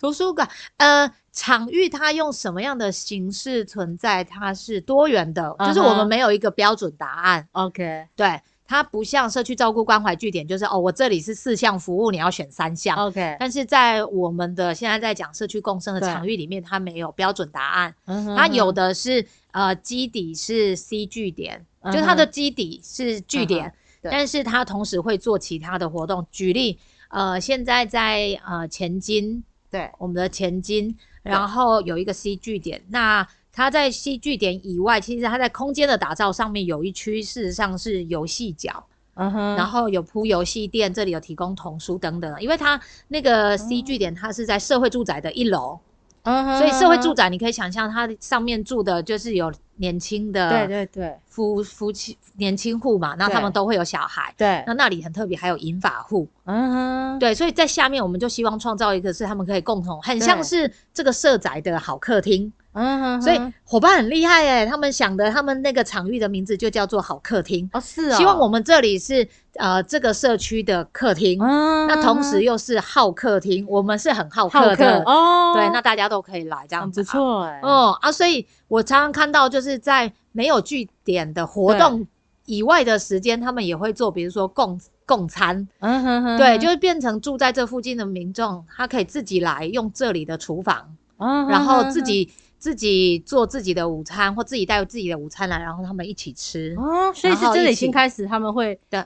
[SPEAKER 3] 图书馆，呃，场域它用什么样的形式存在，它是多元的
[SPEAKER 2] 嗯哼
[SPEAKER 3] 就是我们没有一个标准答案。
[SPEAKER 2] OK
[SPEAKER 3] 对，它不像社区照顾关怀据点，就是哦，我这里是四项服务，你要选三项。
[SPEAKER 2] OK，
[SPEAKER 3] 但是在我们的现在在讲社区共生的
[SPEAKER 2] 对嗯
[SPEAKER 3] 场域里面，它没有标准答案，它
[SPEAKER 2] 它
[SPEAKER 3] 有的是呃基底是 C 据点，
[SPEAKER 2] 嗯哼嗯
[SPEAKER 3] 就它的基底是据点，
[SPEAKER 2] 对
[SPEAKER 3] 但是它同时会做其他的活动。举例，呃，现在在呃前金，
[SPEAKER 2] 对
[SPEAKER 3] 我们的前金，然后有一个 C 据点，那。它在 C 据点以外，其实它在空间的打造上面有一区，事实上是游戏角，
[SPEAKER 2] 嗯哼，
[SPEAKER 3] 然后有铺游戏店，这里有提供童书等等的。因为它那
[SPEAKER 2] 哦
[SPEAKER 3] 个 C 据点，它是在社会住宅的一楼，
[SPEAKER 2] 嗯哼
[SPEAKER 3] 所以社会住宅，你可以想象，它上面住的就是有年轻
[SPEAKER 2] 对
[SPEAKER 3] 的
[SPEAKER 2] 对对
[SPEAKER 3] 夫夫妻年轻户嘛，那他们
[SPEAKER 2] 对
[SPEAKER 3] 都会有小孩。
[SPEAKER 2] 对
[SPEAKER 3] 那，那里很特别，还有银发户。
[SPEAKER 2] 嗯哼，
[SPEAKER 3] 对，所以在下面我们就希望创造一个是他们可以共同，很
[SPEAKER 2] 对
[SPEAKER 3] 像是这个社宅的好客厅。
[SPEAKER 2] 嗯哼，
[SPEAKER 3] 所以伙伴很厉害哎、他们想的，他们那个场域的名字就叫做好客厅。
[SPEAKER 2] 哦是哦，
[SPEAKER 3] 希望我们这里是呃这个社区的客厅，
[SPEAKER 2] 嗯，
[SPEAKER 3] 那同时又是好客厅，我们是很好
[SPEAKER 2] 好
[SPEAKER 3] 客的。
[SPEAKER 2] 客哦，
[SPEAKER 3] 对，那大家都可以来这样
[SPEAKER 2] 很
[SPEAKER 3] 子、
[SPEAKER 2] 不。错哎，
[SPEAKER 3] 哦啊，所以我常常看到，就是在没有据点的活动以外的时间，他们也会做，比如说共共餐，
[SPEAKER 2] 嗯哼哼，
[SPEAKER 3] 对，就是变成住在这附近的民众，他可以自己来用这里的厨房，
[SPEAKER 2] 嗯哼
[SPEAKER 3] 然后
[SPEAKER 2] 哼
[SPEAKER 3] 自己自己做自己的午餐，或自己带自己的午餐来，然后他们一起吃。
[SPEAKER 2] 哦，所以是
[SPEAKER 3] 然后
[SPEAKER 2] 这
[SPEAKER 3] 一
[SPEAKER 2] 里
[SPEAKER 3] 起
[SPEAKER 2] 新开始他们会
[SPEAKER 3] 对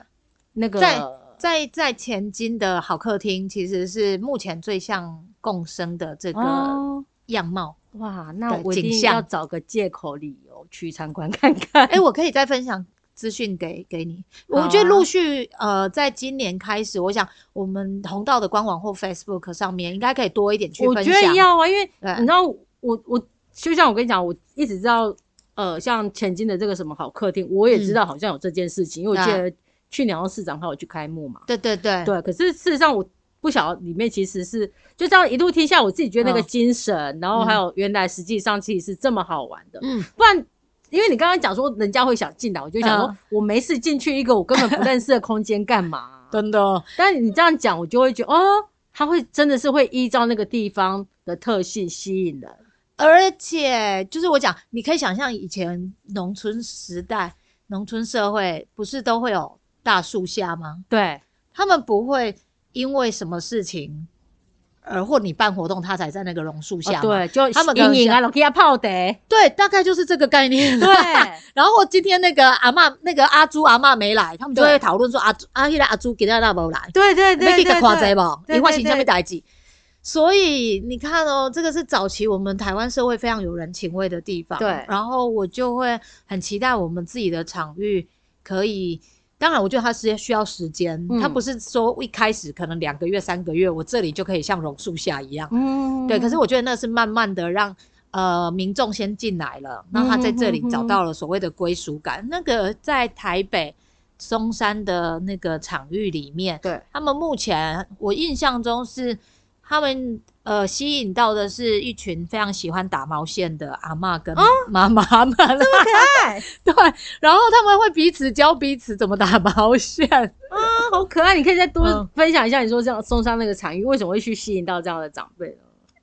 [SPEAKER 2] 那个
[SPEAKER 3] 在在在前金的好客厅，其实是目前最像共生的这个
[SPEAKER 2] 哦
[SPEAKER 3] 样貌。
[SPEAKER 2] 哇，那
[SPEAKER 3] 对
[SPEAKER 2] 我一
[SPEAKER 3] 景
[SPEAKER 2] 定
[SPEAKER 3] 象
[SPEAKER 2] 要找个借口理由去参观看看。
[SPEAKER 3] 哎、我可以再分享资讯给给你。
[SPEAKER 2] 好啊
[SPEAKER 3] 我觉得陆续呃，在今年开始，我想我们红道的官网或 Facebook 上面应该可以多一点去
[SPEAKER 2] 我
[SPEAKER 3] 分
[SPEAKER 2] 觉
[SPEAKER 3] 享。
[SPEAKER 2] 得要啊，因为
[SPEAKER 3] 对
[SPEAKER 2] 你知道，我我就像我跟你讲，我一直知道，呃，像前金的这个什么好客厅，我也
[SPEAKER 3] 嗯
[SPEAKER 2] 知道好像有这件事情，因为我记
[SPEAKER 3] 啊
[SPEAKER 2] 得去年好像市长还有去开幕嘛。
[SPEAKER 3] 对对对
[SPEAKER 2] 对，可是事实上我不晓得里面其实是就这样一路听下来，我自己觉得那个
[SPEAKER 3] 嗯
[SPEAKER 2] 精神，然后还
[SPEAKER 3] 嗯
[SPEAKER 2] 有原来实际上其实是这么好玩的，
[SPEAKER 3] 嗯，
[SPEAKER 2] 不然。因为你刚刚讲说人家会想进来，我就想说
[SPEAKER 3] 嗯，
[SPEAKER 2] 我没事进去一个我根本不认识的空间干嘛、
[SPEAKER 3] 真的，
[SPEAKER 2] 但你这样讲，我就会觉得哦，他会真的是会依照那个地方的特性吸引人。
[SPEAKER 3] 而且就是我讲，你可以想象以前农村时代、农村社会，不是都会有大树下吗？
[SPEAKER 2] 对，
[SPEAKER 3] 他们不会因为什么事情，呃，或你办活动，他才在那个榕树下嘛、
[SPEAKER 2] 哦对，就
[SPEAKER 3] 他们可能
[SPEAKER 2] 阴影啊，
[SPEAKER 3] 想
[SPEAKER 2] 落去啊泡 茶，
[SPEAKER 3] 对，大概就是这个概念。
[SPEAKER 2] 对，
[SPEAKER 3] 然后今天那个阿嬷，那个阿朱阿嬷没来，他们就
[SPEAKER 2] 对
[SPEAKER 3] 会讨论说阿朱阿迄个阿朱今天那无来，
[SPEAKER 2] 对对对
[SPEAKER 3] 要去
[SPEAKER 2] 对
[SPEAKER 3] 甲看
[SPEAKER 2] 对，
[SPEAKER 3] 者无，
[SPEAKER 2] 对
[SPEAKER 3] 你发
[SPEAKER 2] 对
[SPEAKER 3] 生什么代志？所以你看哦，这个是早期我们台湾社会非常有人情味的地方。
[SPEAKER 2] 对
[SPEAKER 3] 然后我就会很期待我们自己的场域可以。当然，我觉得它是需要时间，
[SPEAKER 2] 嗯
[SPEAKER 3] 它不是说一开始可能两个月、三个月，我这里就可以像榕树下一样。
[SPEAKER 2] 嗯
[SPEAKER 3] 对，可是我觉得那是慢慢的让呃民众先进来了，那他在这里找到了所谓的归属感。那个在台北松山的那个场域里面，
[SPEAKER 2] 对
[SPEAKER 3] 他们目前我印象中是他们呃吸引到的是一群非常喜欢打毛线的阿嬷跟妈妈们，哦这么可爱，对，然后他们会彼此教彼此怎么打毛线，
[SPEAKER 2] 啊好可爱，你可以再多
[SPEAKER 3] 嗯
[SPEAKER 2] 分享一下，你说这样松山那个场域为什么会去吸引到这样的长辈呢？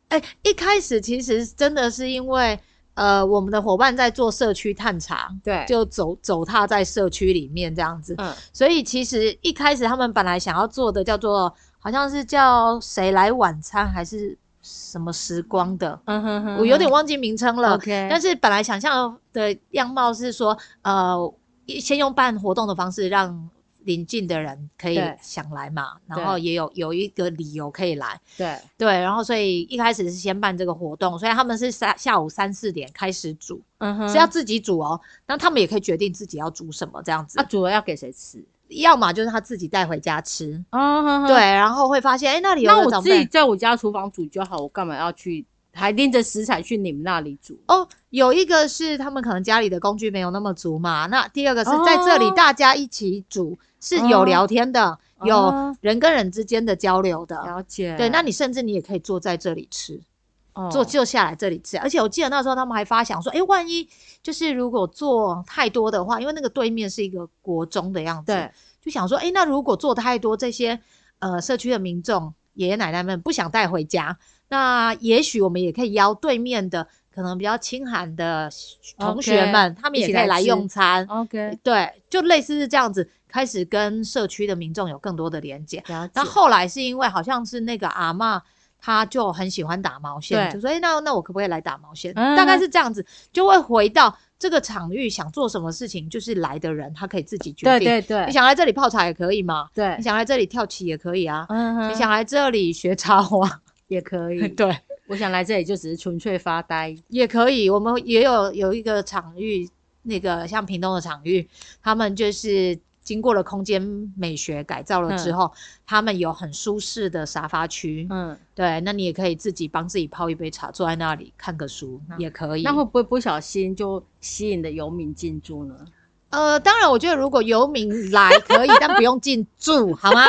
[SPEAKER 3] 哎、一开始其实真的是因为，呃，我们的伙伴在做社区探查，
[SPEAKER 2] 对
[SPEAKER 3] 就走走踏在社区里面这样子，
[SPEAKER 2] 嗯
[SPEAKER 3] 所以其实一开始他们本来想要做的叫做，好像是叫谁来晚餐还是什么时光的，
[SPEAKER 2] 嗯哼哼
[SPEAKER 3] 我有点忘记名称了。
[SPEAKER 2] OK，
[SPEAKER 3] 但是本来想象的样貌是说，呃，一先用办活动的方式让邻近的人可以
[SPEAKER 2] 对
[SPEAKER 3] 想来嘛，
[SPEAKER 2] 对
[SPEAKER 3] 然后也有有一个理由可以来。
[SPEAKER 2] 对
[SPEAKER 3] 对，然后所以一开始是先办这个活动，所以他们是三下午三四点开始煮，
[SPEAKER 2] 嗯哼
[SPEAKER 3] 是要自己煮哦。那他们也可以决定自己要煮什么这样子，
[SPEAKER 2] 啊煮了要给谁吃？
[SPEAKER 3] 要么就是他自己带回家吃，
[SPEAKER 2] 啊哼哼
[SPEAKER 3] 对，然后会发现哎那里有
[SPEAKER 2] 那
[SPEAKER 3] 个
[SPEAKER 2] 我
[SPEAKER 3] 长
[SPEAKER 2] 自己
[SPEAKER 3] 辈
[SPEAKER 2] 在我家厨房煮就好，我干嘛要去还拎着食材去你们那里煮？
[SPEAKER 3] 哦，有一个是他们可能家里的工具没有那么足嘛，那第二个是在这里
[SPEAKER 2] 哦嗯
[SPEAKER 3] 大家一起煮、是有聊天的，有
[SPEAKER 2] 哦
[SPEAKER 3] 人跟人之间的交流的。
[SPEAKER 2] 了解，
[SPEAKER 3] 对，那你甚至你也可以坐在这里吃，
[SPEAKER 2] 哦
[SPEAKER 3] 坐就下来这里吃。而且我记得那时候他们还发想说，哎、万一就是如果做太多的话，因为那个对面是一个国中的样子
[SPEAKER 2] 对，
[SPEAKER 3] 就想说，哎、那如果做太多，这些呃社区的民众爷爷奶奶们不想带回家，那也许我们也可以邀对面的可能比较清寒的同学们他们
[SPEAKER 2] 一
[SPEAKER 3] 也
[SPEAKER 2] 起
[SPEAKER 3] 可以
[SPEAKER 2] 来
[SPEAKER 3] 来
[SPEAKER 2] 吃
[SPEAKER 3] 用餐。哦
[SPEAKER 2] OK
[SPEAKER 3] 对，就类似是这样子，开始跟社区的民众有更多的连接。
[SPEAKER 2] 了解
[SPEAKER 3] 那，后来是因为好像是那个阿嬷，她就很喜欢打毛线，
[SPEAKER 2] 对
[SPEAKER 3] 就说：“哎、那那我可不可以来打毛线？”
[SPEAKER 2] 嗯
[SPEAKER 3] 大概是这样子，就会回到这个场域，想做什么事情，就是来的人他可以自己决定。
[SPEAKER 2] 对对对
[SPEAKER 3] 你，想来这里泡茶也可以嘛，
[SPEAKER 2] 对
[SPEAKER 3] 你，想来这里跳棋也可以啊，
[SPEAKER 2] 嗯哼
[SPEAKER 3] 你想来这里学插花，
[SPEAKER 2] 也可以。
[SPEAKER 3] 对，
[SPEAKER 2] 我想来这里就只是纯粹发呆，
[SPEAKER 3] 也可以。我们也有有一个场域，那个像屏东的场域，他们就是。经过了空间美学改造了之
[SPEAKER 2] 嗯
[SPEAKER 3] 后，他们有很舒适的沙发区，
[SPEAKER 2] 嗯，
[SPEAKER 3] 对，那你也可以自己帮自己泡一杯茶，坐在那里看个书、也可以。
[SPEAKER 2] 嗯那会不会不小心就吸引了游民进驻呢？
[SPEAKER 3] 呃，当然，我觉得如果游民来可以，但不用进驻，好 吗？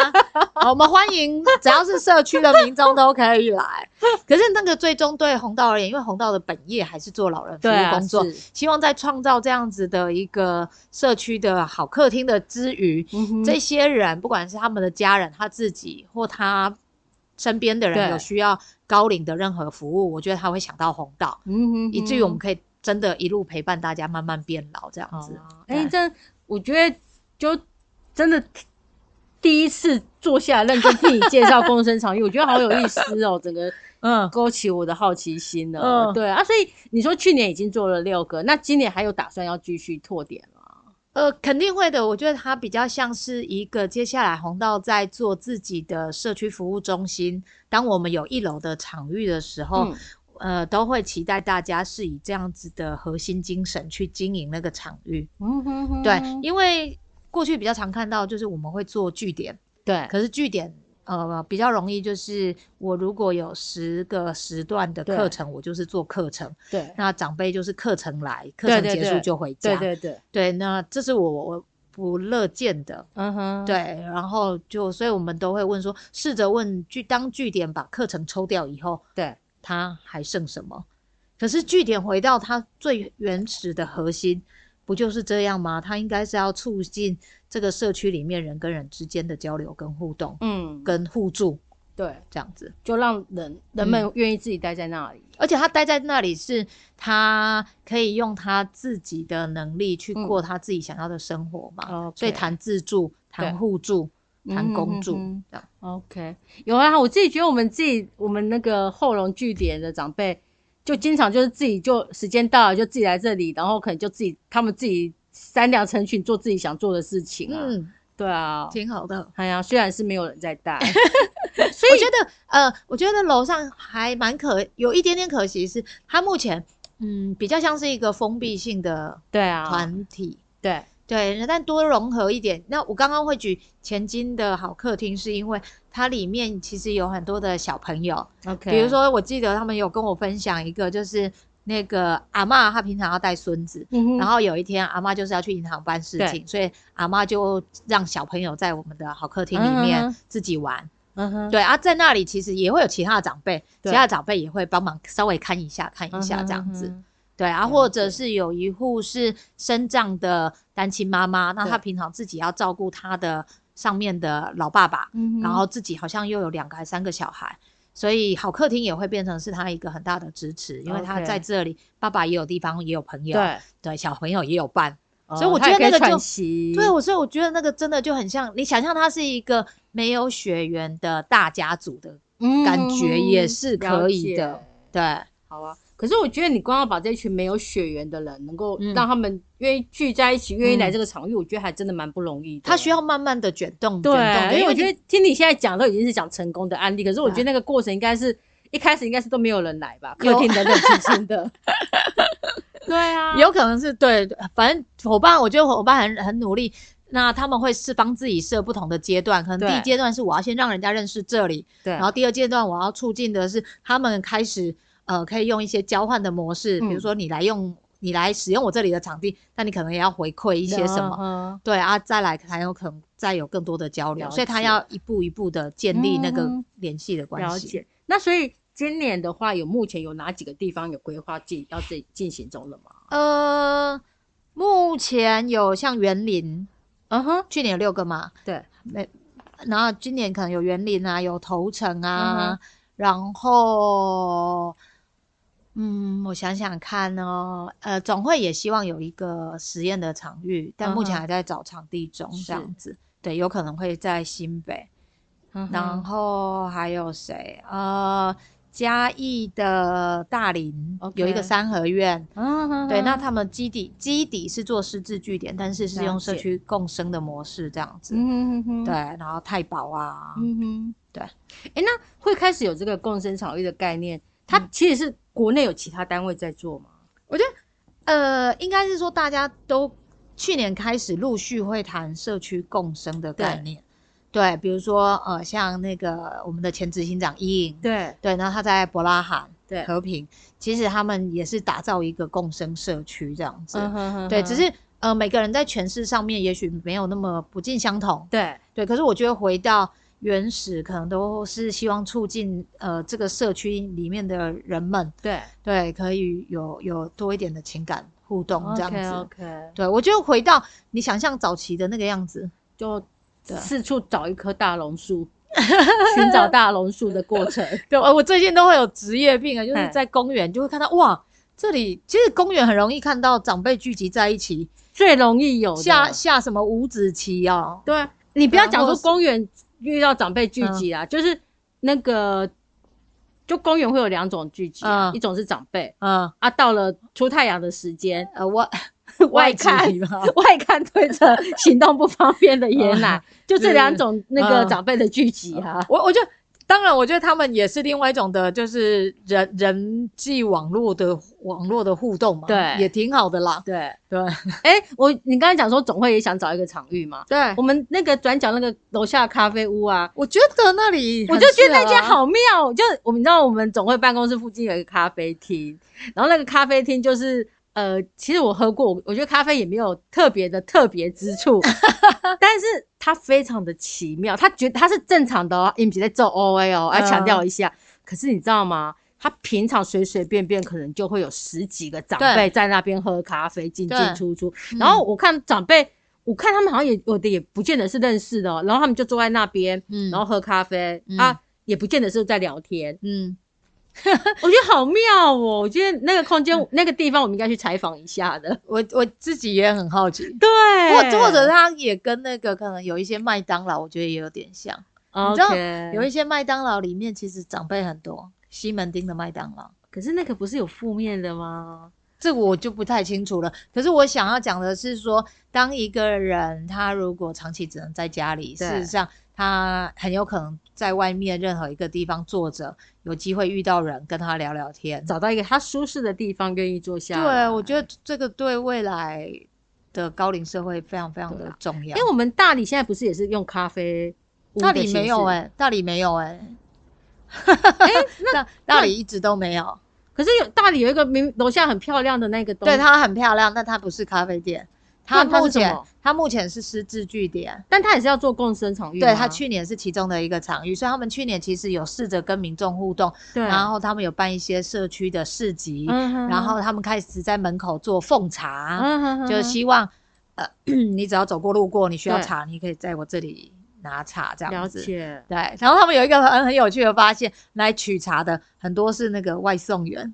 [SPEAKER 3] 好我们欢迎只要是社区的民众都可以来。可是那个最终对红道而言，因为红道的本业还是做老人服
[SPEAKER 2] 对
[SPEAKER 3] 务
[SPEAKER 2] 啊，
[SPEAKER 3] 工作，
[SPEAKER 2] 是
[SPEAKER 3] 希望在创造这样子的一个社区的好客厅的之余，
[SPEAKER 2] 嗯哼
[SPEAKER 3] 这些人不管是他们的家人、他自己或他身边的
[SPEAKER 2] 对
[SPEAKER 3] 人有需要高龄的任何服务，我觉得他会想到红道。
[SPEAKER 2] 嗯哼
[SPEAKER 3] 以至于我们可以真的一路陪伴大家慢慢变老这样子。
[SPEAKER 2] 哎、
[SPEAKER 3] 对啊
[SPEAKER 2] 这我觉得就真的第一次坐下来认真听你介绍共生场域，我觉得好有意思哦，整个
[SPEAKER 3] 嗯，
[SPEAKER 2] 勾起我的好奇心了。
[SPEAKER 3] 嗯
[SPEAKER 2] 对啊，所以你说去年已经做了六个，那今年还有打算要继续拓点吗？
[SPEAKER 3] 呃，肯定会的。我觉得它比较像是一个接下来红道在做自己的社区服务中心。当我们有一楼的场域的时候，
[SPEAKER 2] 嗯
[SPEAKER 3] 呃，都会期待大家是以这样子的核心精神去经营那个场域。
[SPEAKER 2] 嗯哼哼
[SPEAKER 3] 对，因为过去比较常看到就是我们会做据点，
[SPEAKER 2] 对
[SPEAKER 3] 可是据点呃比较容易就是我如果有十个时段的
[SPEAKER 2] 对
[SPEAKER 3] 课程，我就是做课程。
[SPEAKER 2] 对
[SPEAKER 3] 那长辈就是课程来，课
[SPEAKER 2] 对
[SPEAKER 3] 程
[SPEAKER 2] 对
[SPEAKER 3] 结束就回家。
[SPEAKER 2] 对对对，
[SPEAKER 3] 对那这是我我不乐见的。
[SPEAKER 2] 嗯哼，
[SPEAKER 3] 对，然后就所以我们都会问说，试着问据当据点把课程抽掉以后，
[SPEAKER 2] 对
[SPEAKER 3] 它还剩什么？可是据点回到它最原始的核心，不就是这样吗？它应该是要促进这个社区里面人跟人之间的交流、跟互动、
[SPEAKER 2] 嗯
[SPEAKER 3] 跟互助
[SPEAKER 2] 对，
[SPEAKER 3] 这样子。
[SPEAKER 2] 就让人人们
[SPEAKER 3] 嗯
[SPEAKER 2] 愿意自己待在那里。
[SPEAKER 3] 而且他待在那里是他可以用他自己嗯的能力去过他自己想要的生活嘛，
[SPEAKER 2] 嗯
[SPEAKER 3] 所以
[SPEAKER 2] OK
[SPEAKER 3] 谈自助、谈互助，谈公主
[SPEAKER 2] 嗯嗯
[SPEAKER 3] 这样。
[SPEAKER 2] OK，有啊，我自己觉得我们自己我们那个后龙据点的长辈，就经常就是自己就时间到了就自己来这里，然后可能就自己他们自己三两成群做自己想做的事情啊。
[SPEAKER 3] 嗯，
[SPEAKER 2] 对啊，
[SPEAKER 3] 挺好的。
[SPEAKER 2] 哎呀，虽然是没有人在带，
[SPEAKER 3] 所以我觉得，呃，我觉得楼上还蛮可，有一点点可惜是，它目前，嗯，比较像是一个封闭性的
[SPEAKER 2] 对啊，
[SPEAKER 3] 团体，
[SPEAKER 2] 对，
[SPEAKER 3] 对，但多融合一点。那我刚刚会举前金的好客厅，是因为它里面其实有很多的小朋友，
[SPEAKER 2] OK，
[SPEAKER 3] 比如说我记得他们有跟我分享一个，就是那个阿嬷她平常要带孙子，
[SPEAKER 2] 嗯哼，
[SPEAKER 3] 然后有一天阿嬷就是要去银行办事
[SPEAKER 2] 对
[SPEAKER 3] 情，所以阿嬷就让小朋友在我们的好客厅里
[SPEAKER 2] 嗯
[SPEAKER 3] 面
[SPEAKER 2] 哼
[SPEAKER 3] 自己玩。
[SPEAKER 2] 嗯哼，
[SPEAKER 3] 对啊，在那里其实也会有其他的长辈，其
[SPEAKER 2] 对
[SPEAKER 3] 他的长辈也会帮忙稍微看一下看一
[SPEAKER 2] 嗯
[SPEAKER 3] 下
[SPEAKER 2] 哼
[SPEAKER 3] 这样
[SPEAKER 2] 嗯
[SPEAKER 3] 子。
[SPEAKER 2] 哼
[SPEAKER 3] 对啊，
[SPEAKER 2] 了
[SPEAKER 3] 或者
[SPEAKER 2] 解
[SPEAKER 3] 是有一户是身障的单亲妈妈，那
[SPEAKER 2] 对
[SPEAKER 3] 她平常自己要照顾她的上面的老爸爸，
[SPEAKER 2] 嗯哼
[SPEAKER 3] 然后自己好像又有两个还三个小孩，所以好客厅也会变成是她一个很大的支持，因为她
[SPEAKER 2] OK
[SPEAKER 3] 在这里，爸爸也有地方，也有朋友，
[SPEAKER 2] 对，
[SPEAKER 3] 对小朋友也有伴。
[SPEAKER 2] 嗯哦
[SPEAKER 3] 所以我
[SPEAKER 2] 他
[SPEAKER 3] 觉
[SPEAKER 2] 也
[SPEAKER 3] 得那
[SPEAKER 2] 可以
[SPEAKER 3] 个就
[SPEAKER 2] 喘息
[SPEAKER 3] 对，我所以我觉得那个真的就很像，你想象它是一个没有血缘的大家族的
[SPEAKER 2] 嗯
[SPEAKER 3] 感觉，也
[SPEAKER 2] 了
[SPEAKER 3] 是可以
[SPEAKER 2] 解
[SPEAKER 3] 的。对，
[SPEAKER 2] 好啊，可是我觉得你光要把这群没有血缘的人，能够
[SPEAKER 3] 嗯
[SPEAKER 2] 让他们愿意聚在一起，愿、意来
[SPEAKER 3] 嗯
[SPEAKER 2] 这个场域，我觉得还真的蛮不容易的。
[SPEAKER 3] 它需要慢慢的卷动，
[SPEAKER 2] 对
[SPEAKER 3] 卷动，的，
[SPEAKER 2] 啊因为我
[SPEAKER 3] 你
[SPEAKER 2] 觉得听你现在讲都已经是讲成功的案例，可是我觉得那个过程应该是一开始应该是都没有人来吧，
[SPEAKER 3] 有
[SPEAKER 2] 客厅冷冷清清的。 对啊，
[SPEAKER 3] 有可能是对，反正伙伴，我觉得伙伴很很努力。那他们会是帮自己设不同的阶段，可能第一
[SPEAKER 2] 对
[SPEAKER 3] 阶段是我要先让人家认识这里，
[SPEAKER 2] 对，啊
[SPEAKER 3] 然后第二阶段我要促进的是他们开始呃可以用一些交换的模式，比如
[SPEAKER 2] 嗯
[SPEAKER 3] 说你来用你来使用我这里的场地，那你可能也要回馈一
[SPEAKER 2] 一
[SPEAKER 3] 些什么，
[SPEAKER 2] 么
[SPEAKER 3] 对啊，再来才有可能再有更多的交流，
[SPEAKER 2] 了
[SPEAKER 3] 所以他
[SPEAKER 2] 解
[SPEAKER 3] 要一步一步的建立那个
[SPEAKER 2] 嗯哼
[SPEAKER 3] 联系的关
[SPEAKER 2] 了
[SPEAKER 3] 系。
[SPEAKER 2] 解。那所以今年的话，有目前有哪几个地方有规划自己要进进行中了吗？
[SPEAKER 3] 呃，目前有像园林，
[SPEAKER 2] 嗯哼，
[SPEAKER 3] 去年有六个嘛，
[SPEAKER 2] 对，
[SPEAKER 3] 没，然后今年可能有园林啊，有头城啊，
[SPEAKER 2] 嗯哼
[SPEAKER 3] 然后，嗯，我想想看哦，呃，总会也希望有一个实验的场域，但目
[SPEAKER 2] 嗯
[SPEAKER 3] 前
[SPEAKER 2] 哼
[SPEAKER 3] 还在找场地中
[SPEAKER 2] 是
[SPEAKER 3] 这样子。对，有可能会在新北，
[SPEAKER 2] 嗯哼
[SPEAKER 3] 然后还有谁？呃，嘉义的大林
[SPEAKER 2] OK
[SPEAKER 3] 有一个三合院。
[SPEAKER 2] 嗯哼
[SPEAKER 3] 对，那
[SPEAKER 2] 哼
[SPEAKER 3] 他们基底基底是做师资据点，但是是
[SPEAKER 2] 了
[SPEAKER 3] 用社
[SPEAKER 2] 解
[SPEAKER 3] 区共生的模式这样子。
[SPEAKER 2] 嗯哼哼哼
[SPEAKER 3] 对，然后太保啊，
[SPEAKER 2] 嗯哼，
[SPEAKER 3] 对。
[SPEAKER 2] 哎、那会开始有这个共生场域的概念，它其实是国内有其他单位在做吗？
[SPEAKER 3] 我觉得呃，应该是说大家都去年开始陆续会谈社区共生的概
[SPEAKER 2] 对
[SPEAKER 3] 念，对，比如说呃，像那个我们的前执行长伊颖，
[SPEAKER 2] 对
[SPEAKER 3] 对，然后他在博拉罕、
[SPEAKER 2] 对，
[SPEAKER 3] 和平，其实他们也是打造一个共生社区这样子，
[SPEAKER 2] 嗯哼哼
[SPEAKER 3] 对，
[SPEAKER 2] 哼
[SPEAKER 3] 只是呃，每个人在诠释上面也许没有那么不尽相同，
[SPEAKER 2] 对
[SPEAKER 3] 对，可是我觉得回到原始，可能都是希望促进呃这个社区里面的人们，
[SPEAKER 2] 对
[SPEAKER 3] 对，可以有有多一点的情感互动这样子。
[SPEAKER 2] ，OK OK，
[SPEAKER 3] 对，我觉得回到你想象早期的那个样子，
[SPEAKER 2] 就
[SPEAKER 3] 对
[SPEAKER 2] 四处找一棵大榕树，寻找大榕树的过程。
[SPEAKER 3] 对，呃，我最近都会有职业病啊，就是
[SPEAKER 2] 嘿
[SPEAKER 3] 在公园就会看到哇，这里其实公园很容易看到长辈聚集在一起，
[SPEAKER 2] 最容易有的
[SPEAKER 3] 下下什么五子棋哦，
[SPEAKER 2] 对，啊你不要讲
[SPEAKER 3] 然后
[SPEAKER 2] 说
[SPEAKER 3] 是
[SPEAKER 2] 公园遇到长辈聚集啊，就是那个，就公园会有两种聚集啊，
[SPEAKER 3] 嗯
[SPEAKER 2] 一种是长辈
[SPEAKER 3] 嗯，
[SPEAKER 2] 啊，到了出太阳的时间，
[SPEAKER 3] 呃，我
[SPEAKER 2] 外看
[SPEAKER 3] 籍吧
[SPEAKER 2] 外看推着行动不方便的爷奶，就这两种那个
[SPEAKER 3] 嗯
[SPEAKER 2] 长辈的聚集啊。
[SPEAKER 3] 我我觉得，当然，我觉得他们也是另外一种的，就是人人际网络的网络的互动嘛，
[SPEAKER 2] 对
[SPEAKER 3] 也挺好的啦。
[SPEAKER 2] 对，
[SPEAKER 3] 对
[SPEAKER 2] 哎、我你刚才讲说总会也想找一个场域嘛，
[SPEAKER 3] 对
[SPEAKER 2] 我，们那个转角那个楼下咖啡屋啊。
[SPEAKER 3] 我觉得那里
[SPEAKER 2] 我
[SPEAKER 3] 很
[SPEAKER 2] 就觉得
[SPEAKER 3] 适合
[SPEAKER 2] 那间
[SPEAKER 3] 啊，
[SPEAKER 2] 好妙，就我们你知道，我们总会办公室附近有一个咖啡厅，然后那个咖啡厅就是呃，其实我喝过，我我觉得咖啡也没有特别的特别之 处，但是它非常的奇妙，它觉它是正常的哦，你不是在做 O A 哦，要强
[SPEAKER 3] 嗯
[SPEAKER 2] 调一下。可是你知道吗？他平常随随便便可能就会有十几个长
[SPEAKER 3] 对
[SPEAKER 2] 辈在那边喝咖啡，进进
[SPEAKER 3] 对
[SPEAKER 2] 出出。
[SPEAKER 3] 嗯
[SPEAKER 2] 然后我看长辈，我看他们好像也有的也不见得是认识的哦、然后他们就坐在那边，
[SPEAKER 3] 嗯
[SPEAKER 2] 然后喝咖啡、
[SPEAKER 3] 嗯
[SPEAKER 2] 啊，也不见得是在聊天。
[SPEAKER 3] 嗯，
[SPEAKER 2] 我觉得好妙哦！我觉得那个空间、那个地方，我们应该去采访一下的。
[SPEAKER 3] 我我自己也很好奇，
[SPEAKER 2] 对，
[SPEAKER 3] 或或者它也跟那个可能有一些麦当劳，我觉得也有点像。你知道
[SPEAKER 2] OK
[SPEAKER 3] 有一些麦当劳里面其实长辈很多，西门町的麦当劳，
[SPEAKER 2] 可是那个不是有负面的吗？
[SPEAKER 3] 这个我就不太清楚了。可是我想要讲的是说，当一个人他如果长期只能在家里，事
[SPEAKER 2] 对
[SPEAKER 3] 实上他很有可能在外面任何一个地方坐着，有机会遇到人跟他聊聊天。
[SPEAKER 2] 找到一个他舒适的地方，愿意坐下。
[SPEAKER 3] 对，我
[SPEAKER 2] 得。
[SPEAKER 3] 觉得这个对未来的高龄社会非常非常
[SPEAKER 2] 对
[SPEAKER 3] 的
[SPEAKER 2] 啊
[SPEAKER 3] 重要。
[SPEAKER 2] 因为我们大理现在不是也是用咖啡屋的
[SPEAKER 3] 大理没有
[SPEAKER 2] 形式
[SPEAKER 3] 哎、大理没有哎、欸， 大大理一直都没有。
[SPEAKER 2] 可是有大理有一个明楼下很漂亮的那个东西，
[SPEAKER 3] 对，，它很漂亮，但它不是咖啡店。它
[SPEAKER 2] 那它
[SPEAKER 3] 目
[SPEAKER 2] 是什
[SPEAKER 3] 前
[SPEAKER 2] 么
[SPEAKER 3] 它目前是失智据点，
[SPEAKER 2] 但它也是要做共生场域吗，
[SPEAKER 3] 对，它去年是其中的一个场域，所以他们去年其实有试着跟民众互动，
[SPEAKER 2] 对，
[SPEAKER 3] 然后他们有办一些社区的市集，
[SPEAKER 2] 嗯哼
[SPEAKER 3] 然后他们开始在门口做奉茶，
[SPEAKER 2] 嗯哼哼
[SPEAKER 3] 就是希望呃， 你只要走过路过，你需要
[SPEAKER 2] 对
[SPEAKER 3] 茶，你可以在我这里拿茶这
[SPEAKER 2] 了
[SPEAKER 3] 样子。
[SPEAKER 2] 解，
[SPEAKER 3] 对，然后他们有一个很很有趣的发现，来取茶的很多是那个外送员，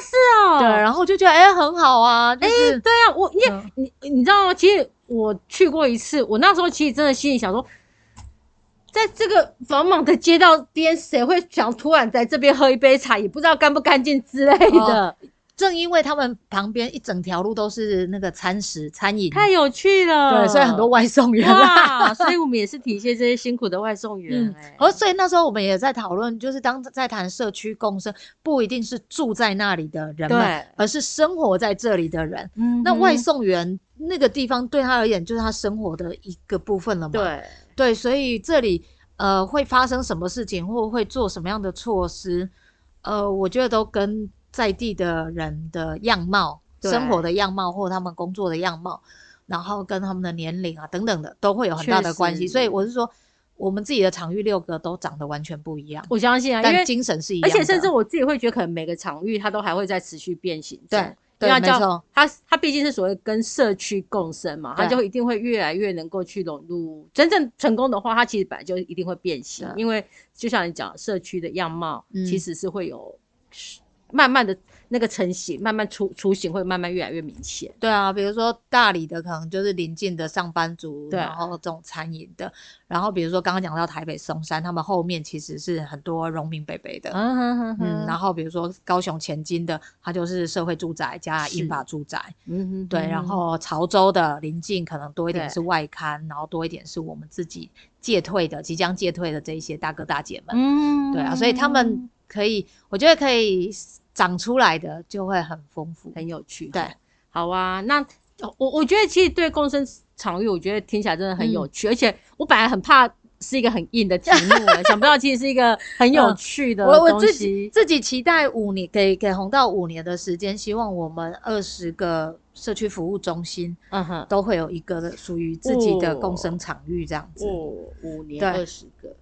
[SPEAKER 2] 是哦，
[SPEAKER 3] 对，然后我就觉得哎、很好啊，就是、
[SPEAKER 2] 对啊，我因为
[SPEAKER 3] 嗯
[SPEAKER 2] 你你知道吗？其实我去过一次，我那时候其实真的心里想说，在这个繁忙的街道边，谁会想突然在这边喝一杯茶，也不知道干不干净之类的，
[SPEAKER 3] 哦正因为他们旁边一整条路都是那个餐食餐饮，
[SPEAKER 2] 太有趣了。
[SPEAKER 3] 对，所以很多外送员啊。
[SPEAKER 2] 哇，所以我们也是体现这些辛苦的外送员、
[SPEAKER 3] 嗯
[SPEAKER 2] 哎，
[SPEAKER 3] 而所以那时候我们也在讨论，就是当在谈社区共生，不一定是住在那里的人们
[SPEAKER 2] 对，
[SPEAKER 3] 而是生活在这里的人。
[SPEAKER 2] 嗯
[SPEAKER 3] 那外
[SPEAKER 2] 哼
[SPEAKER 3] 送员那个地方对他而言，就是他生活的一个部分了嘛。
[SPEAKER 2] 对
[SPEAKER 3] 对，所以这里呃会发生什么事情，或会做什么样的措施，呃，我觉得都跟在地的人的样貌、
[SPEAKER 2] 对
[SPEAKER 3] 生活的样貌，或他们工作的样貌，然后跟他们的年龄啊等等的，都会有很大的关系。
[SPEAKER 2] 确实
[SPEAKER 3] 所以我是说，我们自己的场域六个都长得完全不一样，
[SPEAKER 2] 我相信啊，因为
[SPEAKER 3] 但精神是一样
[SPEAKER 2] 而且
[SPEAKER 3] 的。
[SPEAKER 2] 甚至我自己会觉得，可能每个场域它都还会在持续变形中。
[SPEAKER 3] 对对
[SPEAKER 2] 因为它
[SPEAKER 3] 没
[SPEAKER 2] 叫
[SPEAKER 3] 错
[SPEAKER 2] 它它毕竟是所谓跟社区共生嘛，它
[SPEAKER 3] 对
[SPEAKER 2] 就一定会越来越能够去融入。真正成功的话，它其实本来就一定会变形，
[SPEAKER 3] 对
[SPEAKER 2] 因为就像你讲，社区的样貌
[SPEAKER 3] 嗯
[SPEAKER 2] 其实是会有慢慢的那个成型，慢慢雏雏形会慢慢越来越明显。
[SPEAKER 3] 对啊，比如说大理的可能就是临近的上班族，
[SPEAKER 2] 对
[SPEAKER 3] 然后这种餐饮的，然后比如说刚刚讲到台北松山，他们后面其实是很多农民北北的，
[SPEAKER 2] 嗯
[SPEAKER 3] 嗯，然后比如说高雄前金的，它就是社会住宅加
[SPEAKER 2] 是
[SPEAKER 3] 英法住宅，
[SPEAKER 2] 嗯哼
[SPEAKER 3] 对，然后潮州的临近可能多一点
[SPEAKER 2] 对
[SPEAKER 3] 是外刊，然后多一点是我们自己戒退的、即将戒退的这一些大哥大姐们，
[SPEAKER 2] 嗯
[SPEAKER 3] 对啊，所以他们可以，我觉得可以长出来的就会很丰富，
[SPEAKER 2] 很有趣。
[SPEAKER 3] 对，
[SPEAKER 2] 好啊，那我我觉得其实对共生场域，我觉得听起来真的很有趣，而且我本来很怕是一个很硬的题目、 欸，想不到其实是一个很有趣的
[SPEAKER 3] 我我
[SPEAKER 2] 东
[SPEAKER 3] 自己
[SPEAKER 2] 西。
[SPEAKER 3] 自己期待五年，给给红到五年的时间，希望我们二十个社区服务中心
[SPEAKER 2] 嗯哼，
[SPEAKER 3] 都会有一个属于自己的
[SPEAKER 2] 哦
[SPEAKER 3] 共生场域这样子。
[SPEAKER 2] 五五年
[SPEAKER 3] 对
[SPEAKER 2] 二十个，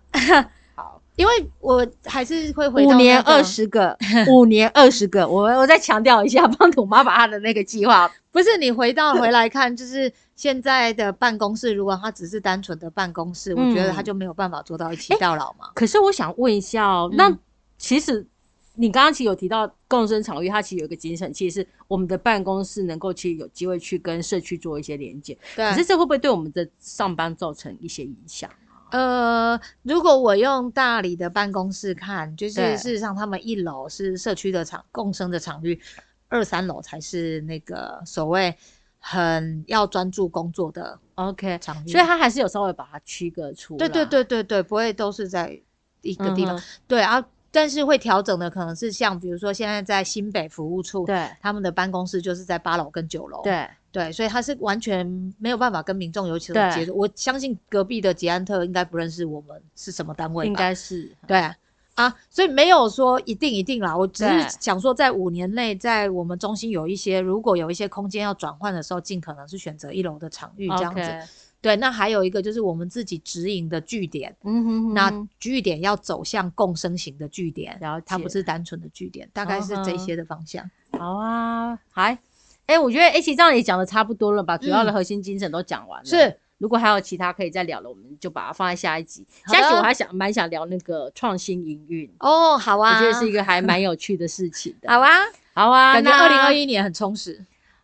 [SPEAKER 3] 因为我还是会回到、
[SPEAKER 2] 五
[SPEAKER 3] 那
[SPEAKER 2] 年
[SPEAKER 3] 个
[SPEAKER 2] 二，十 个，五年二十个。我我再强调一下，帮土妈把她的那个计划，
[SPEAKER 3] 不是你回到回来看，就是现在的办公室，如果它只是单纯的办公室，
[SPEAKER 2] 嗯
[SPEAKER 3] 我觉得它就没有办法做到一起到老嘛。
[SPEAKER 2] 可是我想问一下哦，
[SPEAKER 3] 嗯
[SPEAKER 2] 那其实你刚刚其实有提到共生场域，它其实有一个精神，其实是我们的办公室能够其实有机会去跟社区做一些连接。可是
[SPEAKER 3] 对，啊
[SPEAKER 2] 这会不会对我们的上班造成一些影响？
[SPEAKER 3] 呃，如果我用大理的办公室看，就是
[SPEAKER 2] 对
[SPEAKER 3] 事实上他们一楼是社区的场共生的场域，二三楼才是那个所谓很要专注工作的
[SPEAKER 2] OK，
[SPEAKER 3] 场域。
[SPEAKER 2] 所以他还是有稍微把它区隔出来。
[SPEAKER 3] 对对对对对，不会都是在一
[SPEAKER 2] 嗯
[SPEAKER 3] 个
[SPEAKER 2] 哼，
[SPEAKER 3] 地方。对啊，但是会调整的可能是像比如说现在在新北服务处，
[SPEAKER 2] 对
[SPEAKER 3] 他们的办公室就是在八楼跟九楼，
[SPEAKER 2] 对
[SPEAKER 3] 对，所以他是完全没有办法跟民众有所
[SPEAKER 2] 对
[SPEAKER 3] 接触。我相信隔壁的捷安特应该不认识我们是什么单位吧，
[SPEAKER 2] 应该是
[SPEAKER 3] 对啊。啊，所以没有说一定一定啦，我只
[SPEAKER 2] 对
[SPEAKER 3] 是想说，在五年内，在我们中心有一些，如果有一些空间要转换的时候，尽可能是选择一楼的场域这样子。
[SPEAKER 2] OK
[SPEAKER 3] 对，那还有一个就是我们自己直营的据点，
[SPEAKER 2] 嗯哼哼
[SPEAKER 3] 那据点要走向共生型的据点，
[SPEAKER 2] 了
[SPEAKER 3] 它不
[SPEAKER 2] 解嗯
[SPEAKER 3] 是单纯的据点，大概是这些的方向。
[SPEAKER 2] 好啊啊，还哎，我觉得 H 这样也讲的差不多了吧，主要的核心精神都讲完了。
[SPEAKER 3] 嗯是
[SPEAKER 2] 如果还有其他可以再聊的，我们就把它放在下一集。
[SPEAKER 3] 好的
[SPEAKER 2] 下一集我还想蛮想聊那个创新营运，
[SPEAKER 3] 哦，好
[SPEAKER 2] 我
[SPEAKER 3] 啊，
[SPEAKER 2] 觉得是一个还蛮有趣的事情的。
[SPEAKER 3] 好啊，
[SPEAKER 2] 好啊，
[SPEAKER 3] 感觉
[SPEAKER 2] 那
[SPEAKER 3] 二零二一年很充实。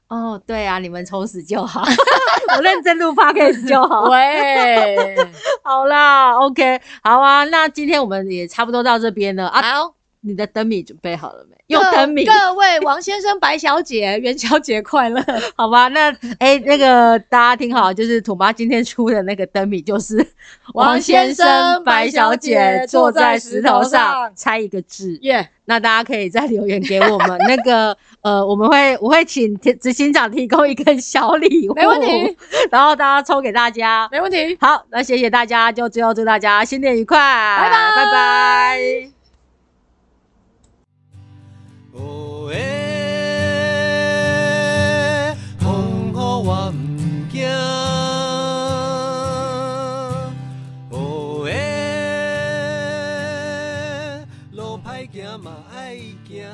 [SPEAKER 2] 哦，对啊，你们充实就 好，我认真录 podcast 就好。
[SPEAKER 3] 喂，
[SPEAKER 2] 好啦，OK，好啊，那今天我们也差不多到这边了啊。
[SPEAKER 3] 好，
[SPEAKER 2] 你的灯谜准备好了没？用
[SPEAKER 3] 各
[SPEAKER 2] 灯谜，
[SPEAKER 3] 各位王 先生、白小姐，元宵节快乐！
[SPEAKER 2] 好吧？那哎、那个大家听好，就是土妈今天出的那个灯谜，就是
[SPEAKER 3] 王先生
[SPEAKER 2] 白小姐坐在石头
[SPEAKER 3] 坐在石头上
[SPEAKER 2] 上，猜一个字。
[SPEAKER 3] 耶，
[SPEAKER 2] 那大家可以再留言给我们，那个 呃，我们会我会请执行长提供一个小礼物，
[SPEAKER 3] 没问题，
[SPEAKER 2] 然后大家抽给大家。
[SPEAKER 3] 没问题。
[SPEAKER 2] 好，那谢谢大家，就最后祝大家新年愉快，拜
[SPEAKER 3] 拜
[SPEAKER 2] 拜拜。
[SPEAKER 1] 哦耶，风雨我毋惊。哦耶，路歹行嘛爱行。